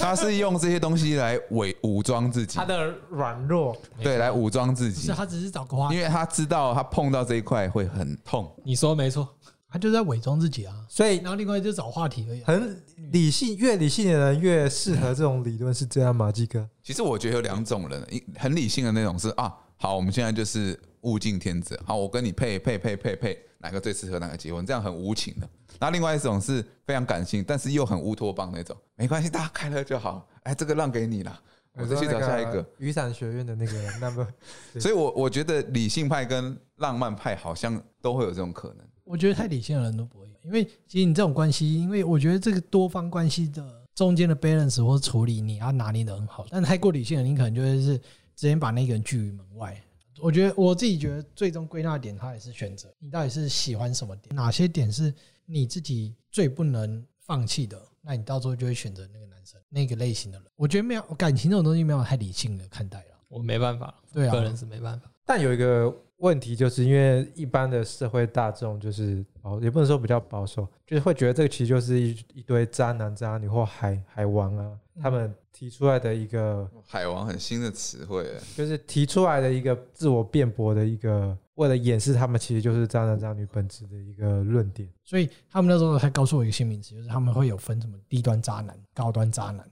[SPEAKER 2] 他是用这些东西来伪武装自己
[SPEAKER 1] 他，的软弱，
[SPEAKER 2] 对，来武装自
[SPEAKER 4] 不是，
[SPEAKER 2] 己，
[SPEAKER 4] 她只是找个花
[SPEAKER 2] 因，为他知道他碰到这一块会很痛。
[SPEAKER 3] 你说没错，
[SPEAKER 4] 她就在伪装自己啊。
[SPEAKER 1] 所以
[SPEAKER 4] 然后另外就找话题而已啊、
[SPEAKER 1] 很理性，越理性的人越适合这种理论，是这样吗？鸡哥，
[SPEAKER 2] 其实我觉得有两种人，一很理性的那种是啊，好，我们现在就是物竞天择，好，我跟你配配配配配，哪个最适合哪个结婚，这样很无情的。那另外一种是非常感性，但是又很乌托邦那种，没关系，大家快乐就好，哎，这个让给你啦，我再去找下一个。
[SPEAKER 1] 雨伞学院的那个人，那么哎对
[SPEAKER 2] 所以我我觉得理性派跟浪漫派好像都会有这种可能。
[SPEAKER 4] 我觉得太理性的人都不会，因为其实你这种关系，因为我觉得这个多方关系的中间的 balance 或处理，你要拿捏的很好。但太过理性的，你可能就会是直接把那个人拒于门外。我觉得我自己觉得最终归纳点，它也是选择你到底是喜欢什么点，哪些点是你自己最不能放弃的，那你到时候就会选择那个男生、那个类型的人。我觉得没有感情这种东西，没有太理性的看待了。
[SPEAKER 3] 我没办法，
[SPEAKER 4] 对啊
[SPEAKER 3] 个人是没办法。
[SPEAKER 1] 但有一个问题就是因为一般的社会大众就是哦，也不能说比较保守，就是会觉得这个其实就是一一堆渣男渣女或海海王啊，
[SPEAKER 3] 嗯
[SPEAKER 1] 他们提出来的一个
[SPEAKER 2] 海王很新的词汇耶，
[SPEAKER 1] 就是提出来的一个自我辩驳的一个，为了掩饰他们其实就是渣男渣女本质的一个论点。
[SPEAKER 4] 所以他们那时候还告诉我一个新名词，就是他们会有分什么低端渣男、高端渣男。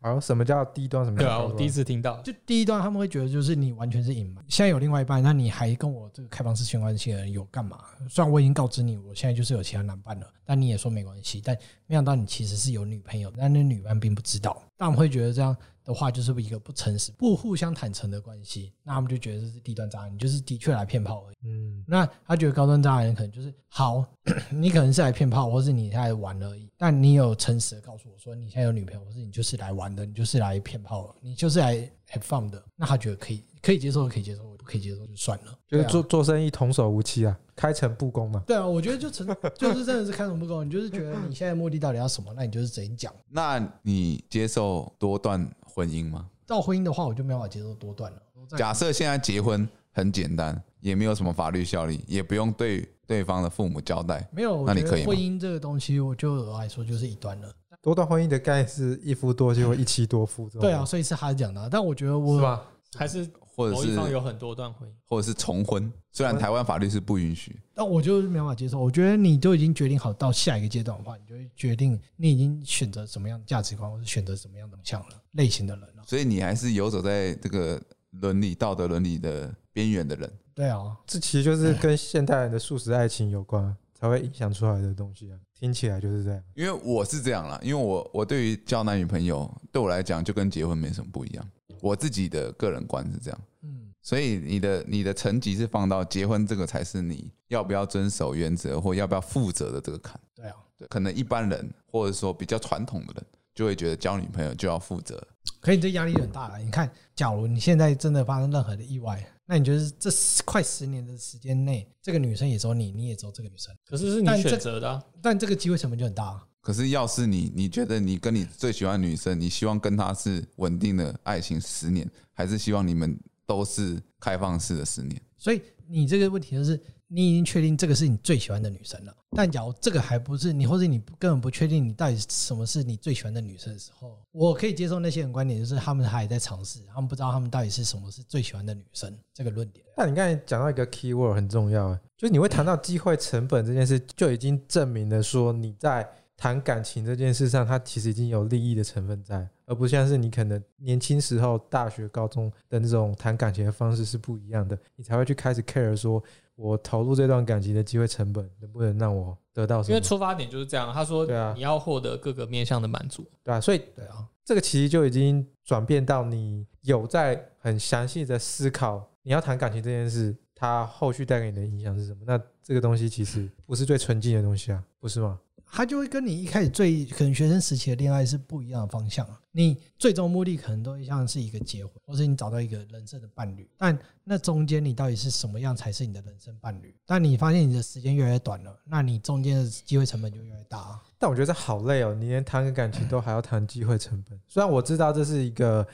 [SPEAKER 1] 好，什么叫低端？什么
[SPEAKER 3] 对
[SPEAKER 1] 叫
[SPEAKER 3] 啊，
[SPEAKER 1] 高
[SPEAKER 3] 我
[SPEAKER 1] 端
[SPEAKER 3] 第一次听到，
[SPEAKER 4] 就第一段他们会觉得就是你完全是隐瞒，现在有另外一半，那你还跟我这个开放式性关系的人有干嘛？虽然我已经告知你我现在就是有其他男伴了，但你也说没关系，但没想到你其实是有女朋友，但那女伴并不知道。但我们会觉得这样的话就是一个不诚实、不互相坦诚的关系，那他们就觉得这是低端渣男，你就是的确来骗炮而已。
[SPEAKER 1] 嗯，
[SPEAKER 4] 那他觉得高端渣男可能就是好， 你可能是来骗炮，或是你来玩而已。但你有诚实的告诉我说你现在有女朋友，或是你就是来玩的，你就是来骗炮的，你就是来 have fun 的。那他觉得可以，可以接受，可以接受，不可以接受就算了。
[SPEAKER 1] 就是
[SPEAKER 4] 对啊
[SPEAKER 1] 做做生意童叟无欺啊，开诚布公嘛。
[SPEAKER 4] 对啊，我觉得就诚就是真的是开诚布公，你就是觉得你现在的目的到底要什么，那你就是直接讲。
[SPEAKER 2] 那你接受多段婚姻吗？
[SPEAKER 4] 到婚姻的话，我就没办法接受多段了。我在
[SPEAKER 2] 假设现在结婚很简单，也没有什么法律效力，也不用对对方的父母交代。
[SPEAKER 4] 没有，我
[SPEAKER 2] 那你
[SPEAKER 4] 觉得
[SPEAKER 2] 可以吗
[SPEAKER 4] 婚姻这个东西，我就我来说就是一端了。
[SPEAKER 1] 多段婚姻的概念是一夫多妻或一妻多夫，这种
[SPEAKER 4] 对啊，所以是他讲的啊、但我觉得
[SPEAKER 1] 是
[SPEAKER 4] 我
[SPEAKER 1] 吧？
[SPEAKER 3] 还是
[SPEAKER 2] 或者
[SPEAKER 3] 某一
[SPEAKER 2] 是
[SPEAKER 3] 方有很多段婚姻，
[SPEAKER 2] 或者是重婚，虽然台湾法律是不允许，
[SPEAKER 4] 但我就是没办法接受。我觉得你都已经决定好到下一个阶段的话，你就会决定你已经选择什么样的价值观，或是选择什么样的像了类型的人了。
[SPEAKER 2] 所以你还是游走在这个伦理道德伦理的边缘的人。
[SPEAKER 4] 对啊，
[SPEAKER 1] 这其实
[SPEAKER 3] 哎
[SPEAKER 1] 就是跟现代人的素食爱情有关啊，才会影响出来的东西啊。听起来就是这样。
[SPEAKER 2] 因为我是这样啦，因为我我对于交男女朋友，对我来讲就跟结婚没什么不一样。我自己的个人观是这样，
[SPEAKER 4] 嗯，
[SPEAKER 2] 所以你的你的层级是放到结婚这个才是你要不要遵守原则或要不要负责的这个坎。
[SPEAKER 4] 对啊，
[SPEAKER 2] 对，可能一般人或者说比较传统的人就会觉得交女朋友就要负责，
[SPEAKER 4] 可你这压力就很大了。你看，假如你现在真的发生任何的意外，那你就是这十快十年的时间内，这个女生也走你，你也走这个女生，
[SPEAKER 3] 可是是你
[SPEAKER 4] 但这
[SPEAKER 3] 选择的啊，
[SPEAKER 4] 但这个机会成本就很大、啊。
[SPEAKER 2] 可是，要是你，你觉得你跟你最喜欢的女生，你希望跟她是稳定的爱情十年，还是希望你们都是开放式的十年？
[SPEAKER 4] 所以你这个问题就是，你已经确定这个是你最喜欢的女生了，但假如这个还不是你，或者你根本不确定你到底什么是你最喜欢的女生的时候，我可以接受那些人观点，就是他们还在尝试，他们不知道他们到底是什么是最喜欢的女生这个论点。
[SPEAKER 1] 但你刚才讲到一个 key word 很重要啊，就是你会谈到机会成本这件事，就已经证明了说你在谈感情这件事上，它其实已经有利益的成分在，而不像是你可能年轻时候、大学、高中的那种谈感情的方式是不一样的，你才会去开始 care 说我投入这段感情的机会成本能不能让我得到什
[SPEAKER 3] 因
[SPEAKER 1] 么
[SPEAKER 3] 为？出发点就是这样。他说
[SPEAKER 1] 对啊
[SPEAKER 3] 你要获得各个面向的满足，
[SPEAKER 1] 对吧、所以
[SPEAKER 4] 对啊，
[SPEAKER 1] 这个其实就已经转变到你有在很详细的思考你要谈感情这件事，它后续带给你的影响是什么？那这个东西其实不是最纯净的东西啊，不是吗？
[SPEAKER 4] 他就会跟你一开始最可能学生时期的恋爱是不一样的方向啊。你最终目的可能都会像是一个结婚，或是你找到一个人生的伴侣，但那中间你到底是什么样才是你的人生伴侣？但你发现你的时间越来越短了，那你中间的机会成本就越来越大啊、
[SPEAKER 1] 但我觉得这好累哦，你连谈个感情都还要谈机会成本。虽然我知道这是一个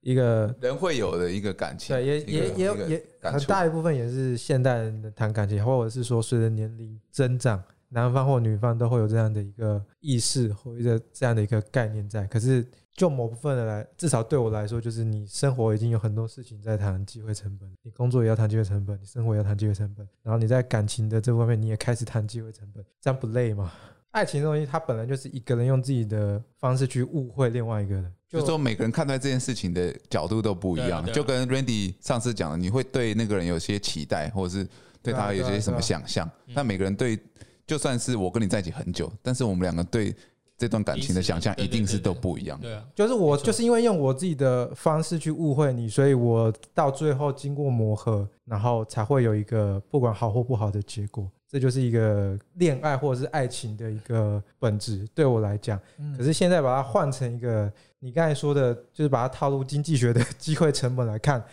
[SPEAKER 1] 一个
[SPEAKER 2] 人会有的一个感情，
[SPEAKER 1] 对，也
[SPEAKER 2] 一个
[SPEAKER 1] 也也
[SPEAKER 2] 一个
[SPEAKER 1] 也
[SPEAKER 2] 感
[SPEAKER 1] 很
[SPEAKER 2] 触
[SPEAKER 1] 大一部分也是现代人的谈感情，或者是说随着年龄增长，男方或女方都会有这样的一个意识或者这样的一个概念在。可是就某部分的来，至少对我来说，就是你生活已经有很多事情在谈机会成本，你工作也要谈机会成本，你生活也要谈机会成本，然后你在感情的这方面你也开始谈机会成本，这样不累吗？ 爱情这东西，它本来就是一个人用自己的方式去误会另外一个人，
[SPEAKER 2] 就说每个人看待这件事情的角度都不一
[SPEAKER 3] 对啊
[SPEAKER 2] 样，
[SPEAKER 3] 对啊
[SPEAKER 2] 就跟 Randy 上次讲的，你会对那个人有些期待，或者是对他有
[SPEAKER 1] 对啊对
[SPEAKER 2] 些
[SPEAKER 1] 啊
[SPEAKER 2] 什么
[SPEAKER 1] 对啊
[SPEAKER 2] 想象。
[SPEAKER 3] 嗯
[SPEAKER 2] 但每个人对，就算是我跟你在一起很久，但是我们两个对这段感情的想象
[SPEAKER 3] 彼
[SPEAKER 2] 一
[SPEAKER 3] 此
[SPEAKER 2] 定是
[SPEAKER 3] 对对对
[SPEAKER 2] 都不一样的。
[SPEAKER 3] 对啊，
[SPEAKER 1] 就是我
[SPEAKER 3] 没错
[SPEAKER 1] 就是因为用我自己的方式去误会你，所以我到最后经过磨合，然后才会有一个不管好或不好的结果。这就是一个恋爱或者是爱情的一个本质，对我来讲。
[SPEAKER 4] 嗯
[SPEAKER 1] 可是现在把它换成一个你刚才说的，就是把它套入经济学的机会成本来看，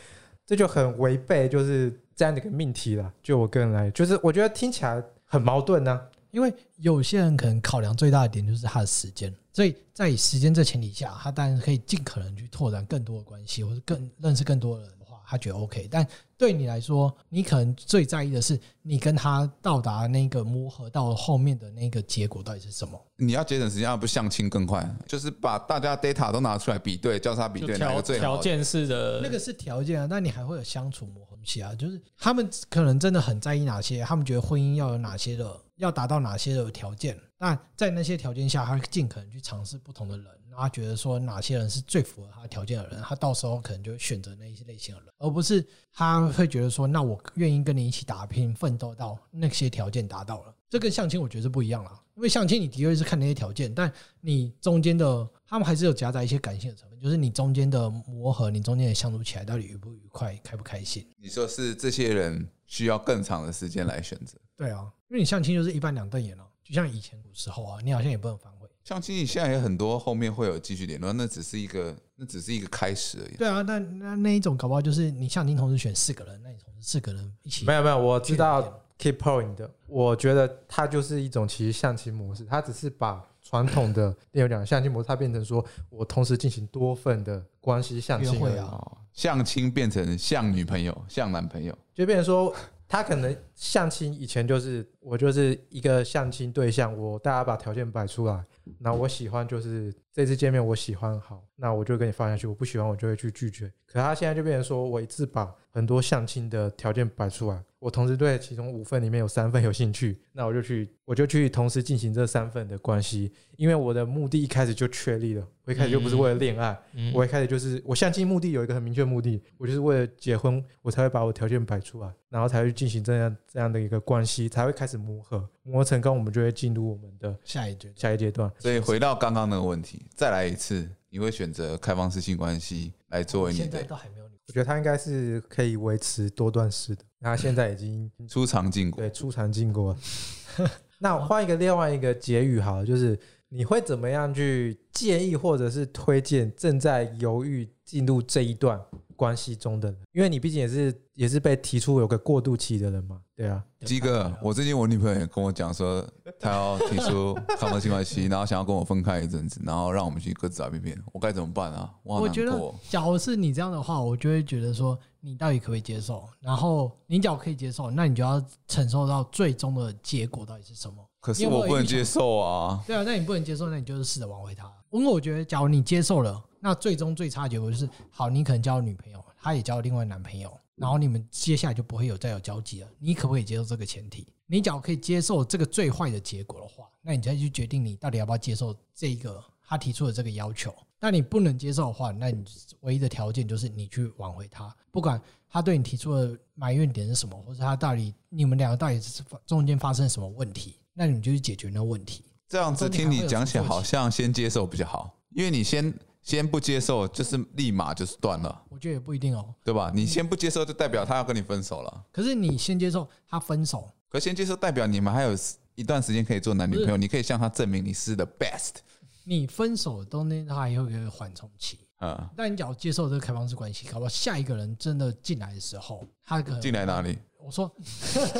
[SPEAKER 1] 这就很违背就是这样的一个命题了。就我个人来，就是我觉得听起来很矛盾啊呢、
[SPEAKER 4] 因为有些人可能考量最大的点就是他的时间，所以在以时间这前提下，他当然可以尽可能去拓展更多的关系，或者更认识更多的人的话，他觉得 OK。但对你来说，你可能最在意的是你跟他到达那个磨合到后面的那个结果到底是什么。
[SPEAKER 2] 你要节省时间，要不相亲更快，就是把大家 data 都拿出来比对，交叉比
[SPEAKER 3] 就
[SPEAKER 2] 对哪
[SPEAKER 3] 条
[SPEAKER 2] 个最
[SPEAKER 3] 条
[SPEAKER 2] 好。
[SPEAKER 3] 件式的
[SPEAKER 4] 那个是条件啊，但你还会有相处磨合期啊。就是他们可能真的很在意哪些，他们觉得婚姻要有哪些的，要达到哪些的条件。那在那些条件下，他尽可能去尝试不同的人，然后他觉得说哪些人是最符合他条件的人，他到时候可能就会选择那一些类型的人，而不是他会觉得说，那我愿意跟你一起打拼奋斗到那些条件达到了。这跟相亲我觉得是不一样啦，因为相亲你的确是看那些条件，但你中间的他们还是有夹杂一些感性的成分，就是你中间的磨合，你中间的相处起来到底愉不愉快、开不开心？
[SPEAKER 2] 你说是这些人需要更长的时间来选择。
[SPEAKER 4] 对啊，因为你相亲就是一般两瞪眼哦、就像以前古时候啊，你好像也不能反悔。
[SPEAKER 2] 相亲现在有很多后面会有继续联络，那只是一个那只是一个开始而已。
[SPEAKER 4] 对啊，那那那一种搞不好就是你相亲同时选四个人，那你同时四个人一起
[SPEAKER 1] 没有没有，我知
[SPEAKER 4] 去哪
[SPEAKER 1] 道
[SPEAKER 4] 边
[SPEAKER 1] key point 的，我觉得它就是一种其实相亲模式，它只是把传统的那种讲相亲模式，它变成说我同时进行多份的关系相
[SPEAKER 4] 约
[SPEAKER 1] 亲而
[SPEAKER 4] 会
[SPEAKER 1] 已，
[SPEAKER 4] 啊，
[SPEAKER 2] 哦，相亲变成像女朋友、像男朋友，
[SPEAKER 1] 就变成说。他可能相亲以前就是我就是一个相亲对象，我大家把条件摆出来，那我喜欢就是这次见面我喜欢好，那我就跟你放下去，我不喜欢我就会去拒绝。可他现在就变成说我一次把很多相亲的条件摆出来，我同时对其中五份里面有三份有兴趣，那我就去我就去同时进行这三份的关系，因为我的目的一开始就确立了，我一开始就不是为了恋爱，
[SPEAKER 3] 嗯
[SPEAKER 1] 我一开始就是我相亲目的有一个很明确的目的，我就是为了结婚，我才会把我条件摆出来，然后才会进行这样这样的一个关系，才会开始磨合，磨合成功，我们就会进入我们的
[SPEAKER 4] 下一阶段。
[SPEAKER 1] 下一阶段。
[SPEAKER 2] 所以回到刚刚那个问题，再来一次，你会选择开放式性关系来作为你
[SPEAKER 4] 现在
[SPEAKER 2] 的
[SPEAKER 4] 都还没有你，
[SPEAKER 1] 我觉得他应该是可以维持多段式的，那他现在已经
[SPEAKER 2] 出场禁果？
[SPEAKER 1] 对出场进过了。 那我换一个另外一个结语好了，就是你会怎么样去建议或者是推荐正在犹豫进入这一段关系中的人？因为你毕竟也是也是被提出有个过渡期的人嘛，对啊。
[SPEAKER 2] 鸡哥，我最近我女朋友也跟我讲说，她要提出开放性 关系，然后想要跟我分开一阵子，然后让我们去各自找片片，我该怎么办啊？我好
[SPEAKER 4] 我觉
[SPEAKER 2] 难
[SPEAKER 4] 得
[SPEAKER 2] 过。，
[SPEAKER 4] 假如是你这样的话，我就会觉得说，你到底可不可以接受？然后你假如可以接受，那你就要承受到最终的结果到底是什么。
[SPEAKER 2] 可是
[SPEAKER 4] 因为我
[SPEAKER 2] 我不能
[SPEAKER 4] 预想
[SPEAKER 2] 接受啊！
[SPEAKER 4] 对啊，那你不能接受，那你就是试着挽回他。因为我觉得，假如你接受了，那最终最差的结果就是，好，你可能交了女朋友，她也交了另外男朋友，然后你们接下来就不会有再有交集了。你可不可以接受这个前提？你假如可以接受这个最坏的结果的话，那你再去决定你到底要不要接受这个他提出的这个要求。那你不能接受的话，那你唯一的条件就是你去挽回他，不管他对你提出的埋怨点是什么，或者他到底你们两个到底是中间发生什么问题，那你们就去解决那个问题。
[SPEAKER 2] 这样子
[SPEAKER 4] 中间
[SPEAKER 2] 听
[SPEAKER 4] 还会
[SPEAKER 2] 你
[SPEAKER 4] 有
[SPEAKER 2] 讲起来，
[SPEAKER 4] 出错
[SPEAKER 2] 好像先接受比较好，因为你先先不接受，就是立马就是断了，
[SPEAKER 4] 我觉得也不一定哦。
[SPEAKER 2] 对吧？你先不接受，就代表他要跟你分手了。
[SPEAKER 4] 可是你先接受他分手，
[SPEAKER 2] 可先接受代表你们还有一段时间可以做男女朋
[SPEAKER 4] 不
[SPEAKER 2] 友，你可以向他证明你是 the best。
[SPEAKER 4] 你分手中间他还会有一个缓冲期。
[SPEAKER 2] 嗯，
[SPEAKER 4] 但你只要接受这个开放式关系，搞不好下一个人真的进来的时候，他可能
[SPEAKER 2] 进来哪里？
[SPEAKER 4] 我说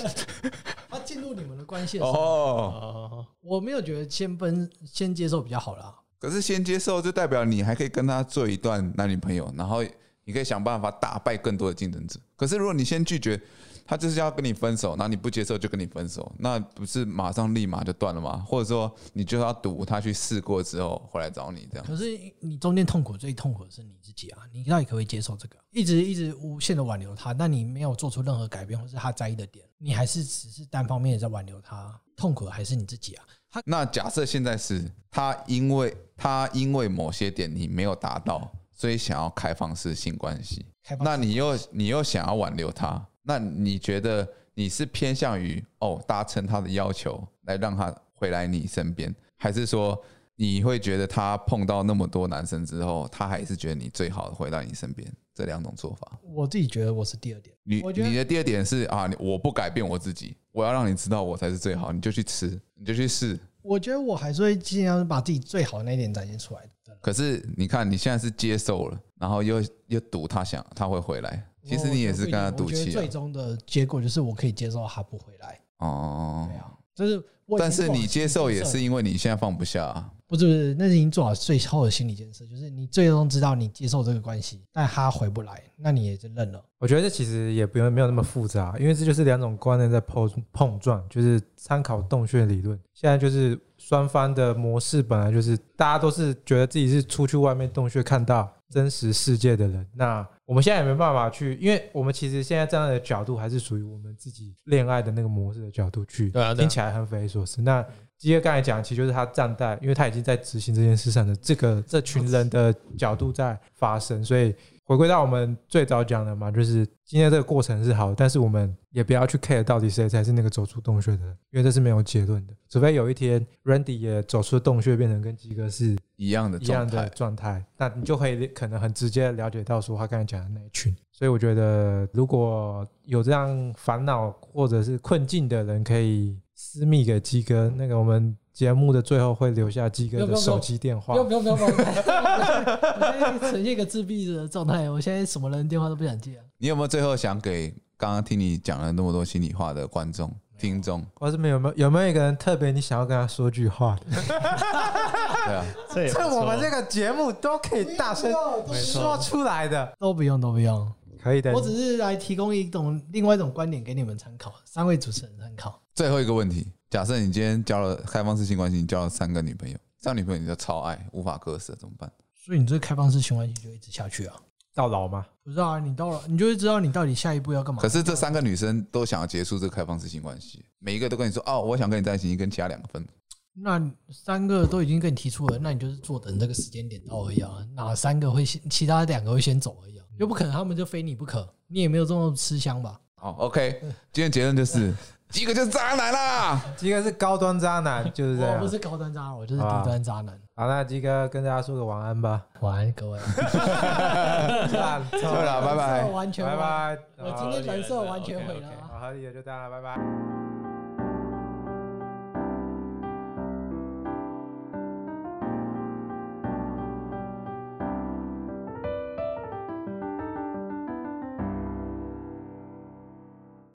[SPEAKER 4] 他进入你们的关系的时候，
[SPEAKER 2] 哦，
[SPEAKER 3] 哦，
[SPEAKER 4] 我没有觉得先分先接受比较好啦。
[SPEAKER 2] 可是先接受就代表你还可以跟他做一段男女朋友，然后你可以想办法打败更多的竞争者。可是如果你先拒绝，他就是要跟你分手，那你不接受就跟你分手，那不是马上立马就断了吗？或者说你就要赌他去试过之后回来找你这样？
[SPEAKER 4] 可是你中间痛苦最痛苦的是你自己啊，你到底可不可以接受这个？一直一直无限的挽留他，但你没有做出任何改变，或是他在意的点，你还是只是单方面的在挽留他，痛苦的还是你自己啊。
[SPEAKER 2] 那假设现在是他因为他因为某些点你没有达到，所以想要开放式性关系，
[SPEAKER 4] 开放式
[SPEAKER 2] 那你又你又想要挽留他，那你觉得你是偏向于哦达成他的要求来让他回来你身边，还是说你会觉得他碰到那么多男生之后，他还是觉得你最好回到你身边？这两种做法，
[SPEAKER 4] 我自己觉得我是第二点。
[SPEAKER 2] 你
[SPEAKER 4] 我觉得
[SPEAKER 2] 你的第二点是啊，你我不改变我自己，我要让你知道我才是最好，你就去吃，你就去试，
[SPEAKER 4] 我觉得我还是会尽量把自己最好的那一点展现出来的。真的
[SPEAKER 2] 可是你看，你现在是接受了，然后又又赌他想他会回来，其实你也是跟他赌
[SPEAKER 4] 我觉得
[SPEAKER 2] 气、
[SPEAKER 4] 最
[SPEAKER 2] 啊、
[SPEAKER 4] 终的结果就是我可以接受他不回来。
[SPEAKER 2] 哦
[SPEAKER 4] 对。啊，就是我已经
[SPEAKER 2] 但是
[SPEAKER 4] 做好
[SPEAKER 2] 你接受
[SPEAKER 4] 心理
[SPEAKER 2] 也
[SPEAKER 4] 建设
[SPEAKER 2] 是因为你现在放不下啊、
[SPEAKER 4] 不是不是，那是已经做好最后的心理建设，就是你最终知道你接受这个关系，但他回不来，那你也就认了。
[SPEAKER 1] 我觉得这其实也不用没有那么复杂，因为这就是两种观念在碰碰撞，就是参考洞穴理论。现在就是双方的模式本来就是大家都是觉得自己是出去外面洞穴看到真实世界的人，那我们现在也没办法去，因为我们其实现在站在的角度还是属于我们自己恋爱的那个模式的角度去，
[SPEAKER 3] 对啊对啊
[SPEAKER 1] 听起来很匪夷所思。那基哥刚才讲，其实就是他站在，因为他已经在执行这件事上的这个这群人的角度在发生，所以回归到我们最早讲的嘛，就是今天这个过程是好，但是我们也不要去 care 到底谁才是那个走出洞穴的人，因为这是没有结论的。除非有一天 Randy 也走出洞穴，变成跟鸡哥是
[SPEAKER 2] 一样的
[SPEAKER 1] 一样
[SPEAKER 2] 状
[SPEAKER 1] 的
[SPEAKER 2] 态。
[SPEAKER 1] 状态，那你就可以可能很直接地了解到说他刚才讲的那一群。所以我觉得，如果有这样烦恼或者是困境的人，可以私密给鸡哥。那个我们节目的最后会留下鸡哥
[SPEAKER 3] 不
[SPEAKER 1] 的
[SPEAKER 3] 用不用
[SPEAKER 1] 手机电话
[SPEAKER 3] 不。用不用不用不用，
[SPEAKER 4] 我现在呈现一个自闭的状态，我现在什么人电话都不想接、啊。
[SPEAKER 2] 你有没有最后想给刚刚听你讲了那么多心里话的观众、听众？
[SPEAKER 1] 或者没有有没有有没有一个人特别你想要跟他说句话的？
[SPEAKER 2] 对啊，
[SPEAKER 5] 这也不
[SPEAKER 1] 趁我们
[SPEAKER 5] 错
[SPEAKER 1] 这个节目都可以大声说出来的，
[SPEAKER 4] 都不用，都不用，
[SPEAKER 1] 可以的
[SPEAKER 4] 我。只是来提供一种另外一种观点给你们参考，三位主持人参考。
[SPEAKER 2] 最后一个问题，假设你今天交了开放式性关系，你交了三个女朋友，这样女朋友你就超爱，无法割舍，怎么办？
[SPEAKER 4] 所以你这开放式循环就一直下去啊？
[SPEAKER 1] 到老吗？
[SPEAKER 4] 不是啊，你到了，你就会知道你到底下一步要干嘛。
[SPEAKER 2] 可是这三个女生都想要结束这个开放式性关系，每一个都跟你说：“哦，我想跟你在一起。”你跟其他两个分，
[SPEAKER 4] 那三个都已经跟你提出了，那你就是坐等这个时间点到而已啊。哪三个会先，其他两个会先走而已
[SPEAKER 1] 嗯
[SPEAKER 4] 啊？又不可能他们就非你不可，你也没有这么吃香吧？
[SPEAKER 2] 好，OK，今天结论就是，一个就是渣男啦。
[SPEAKER 1] 鸡哥是高端渣男，就是这
[SPEAKER 4] 我
[SPEAKER 1] 样啊
[SPEAKER 4] 不。是高端渣男，我就是低端渣男。
[SPEAKER 1] 好，那鸡哥跟大家说个晚安吧。
[SPEAKER 4] 晚安，各位。
[SPEAKER 1] 对啦，
[SPEAKER 2] 对了，拜拜。
[SPEAKER 4] 完全
[SPEAKER 1] 拜，拜，哦
[SPEAKER 4] 我今天人设完全毁了啊。
[SPEAKER 1] 好，合理的就这样了，拜拜。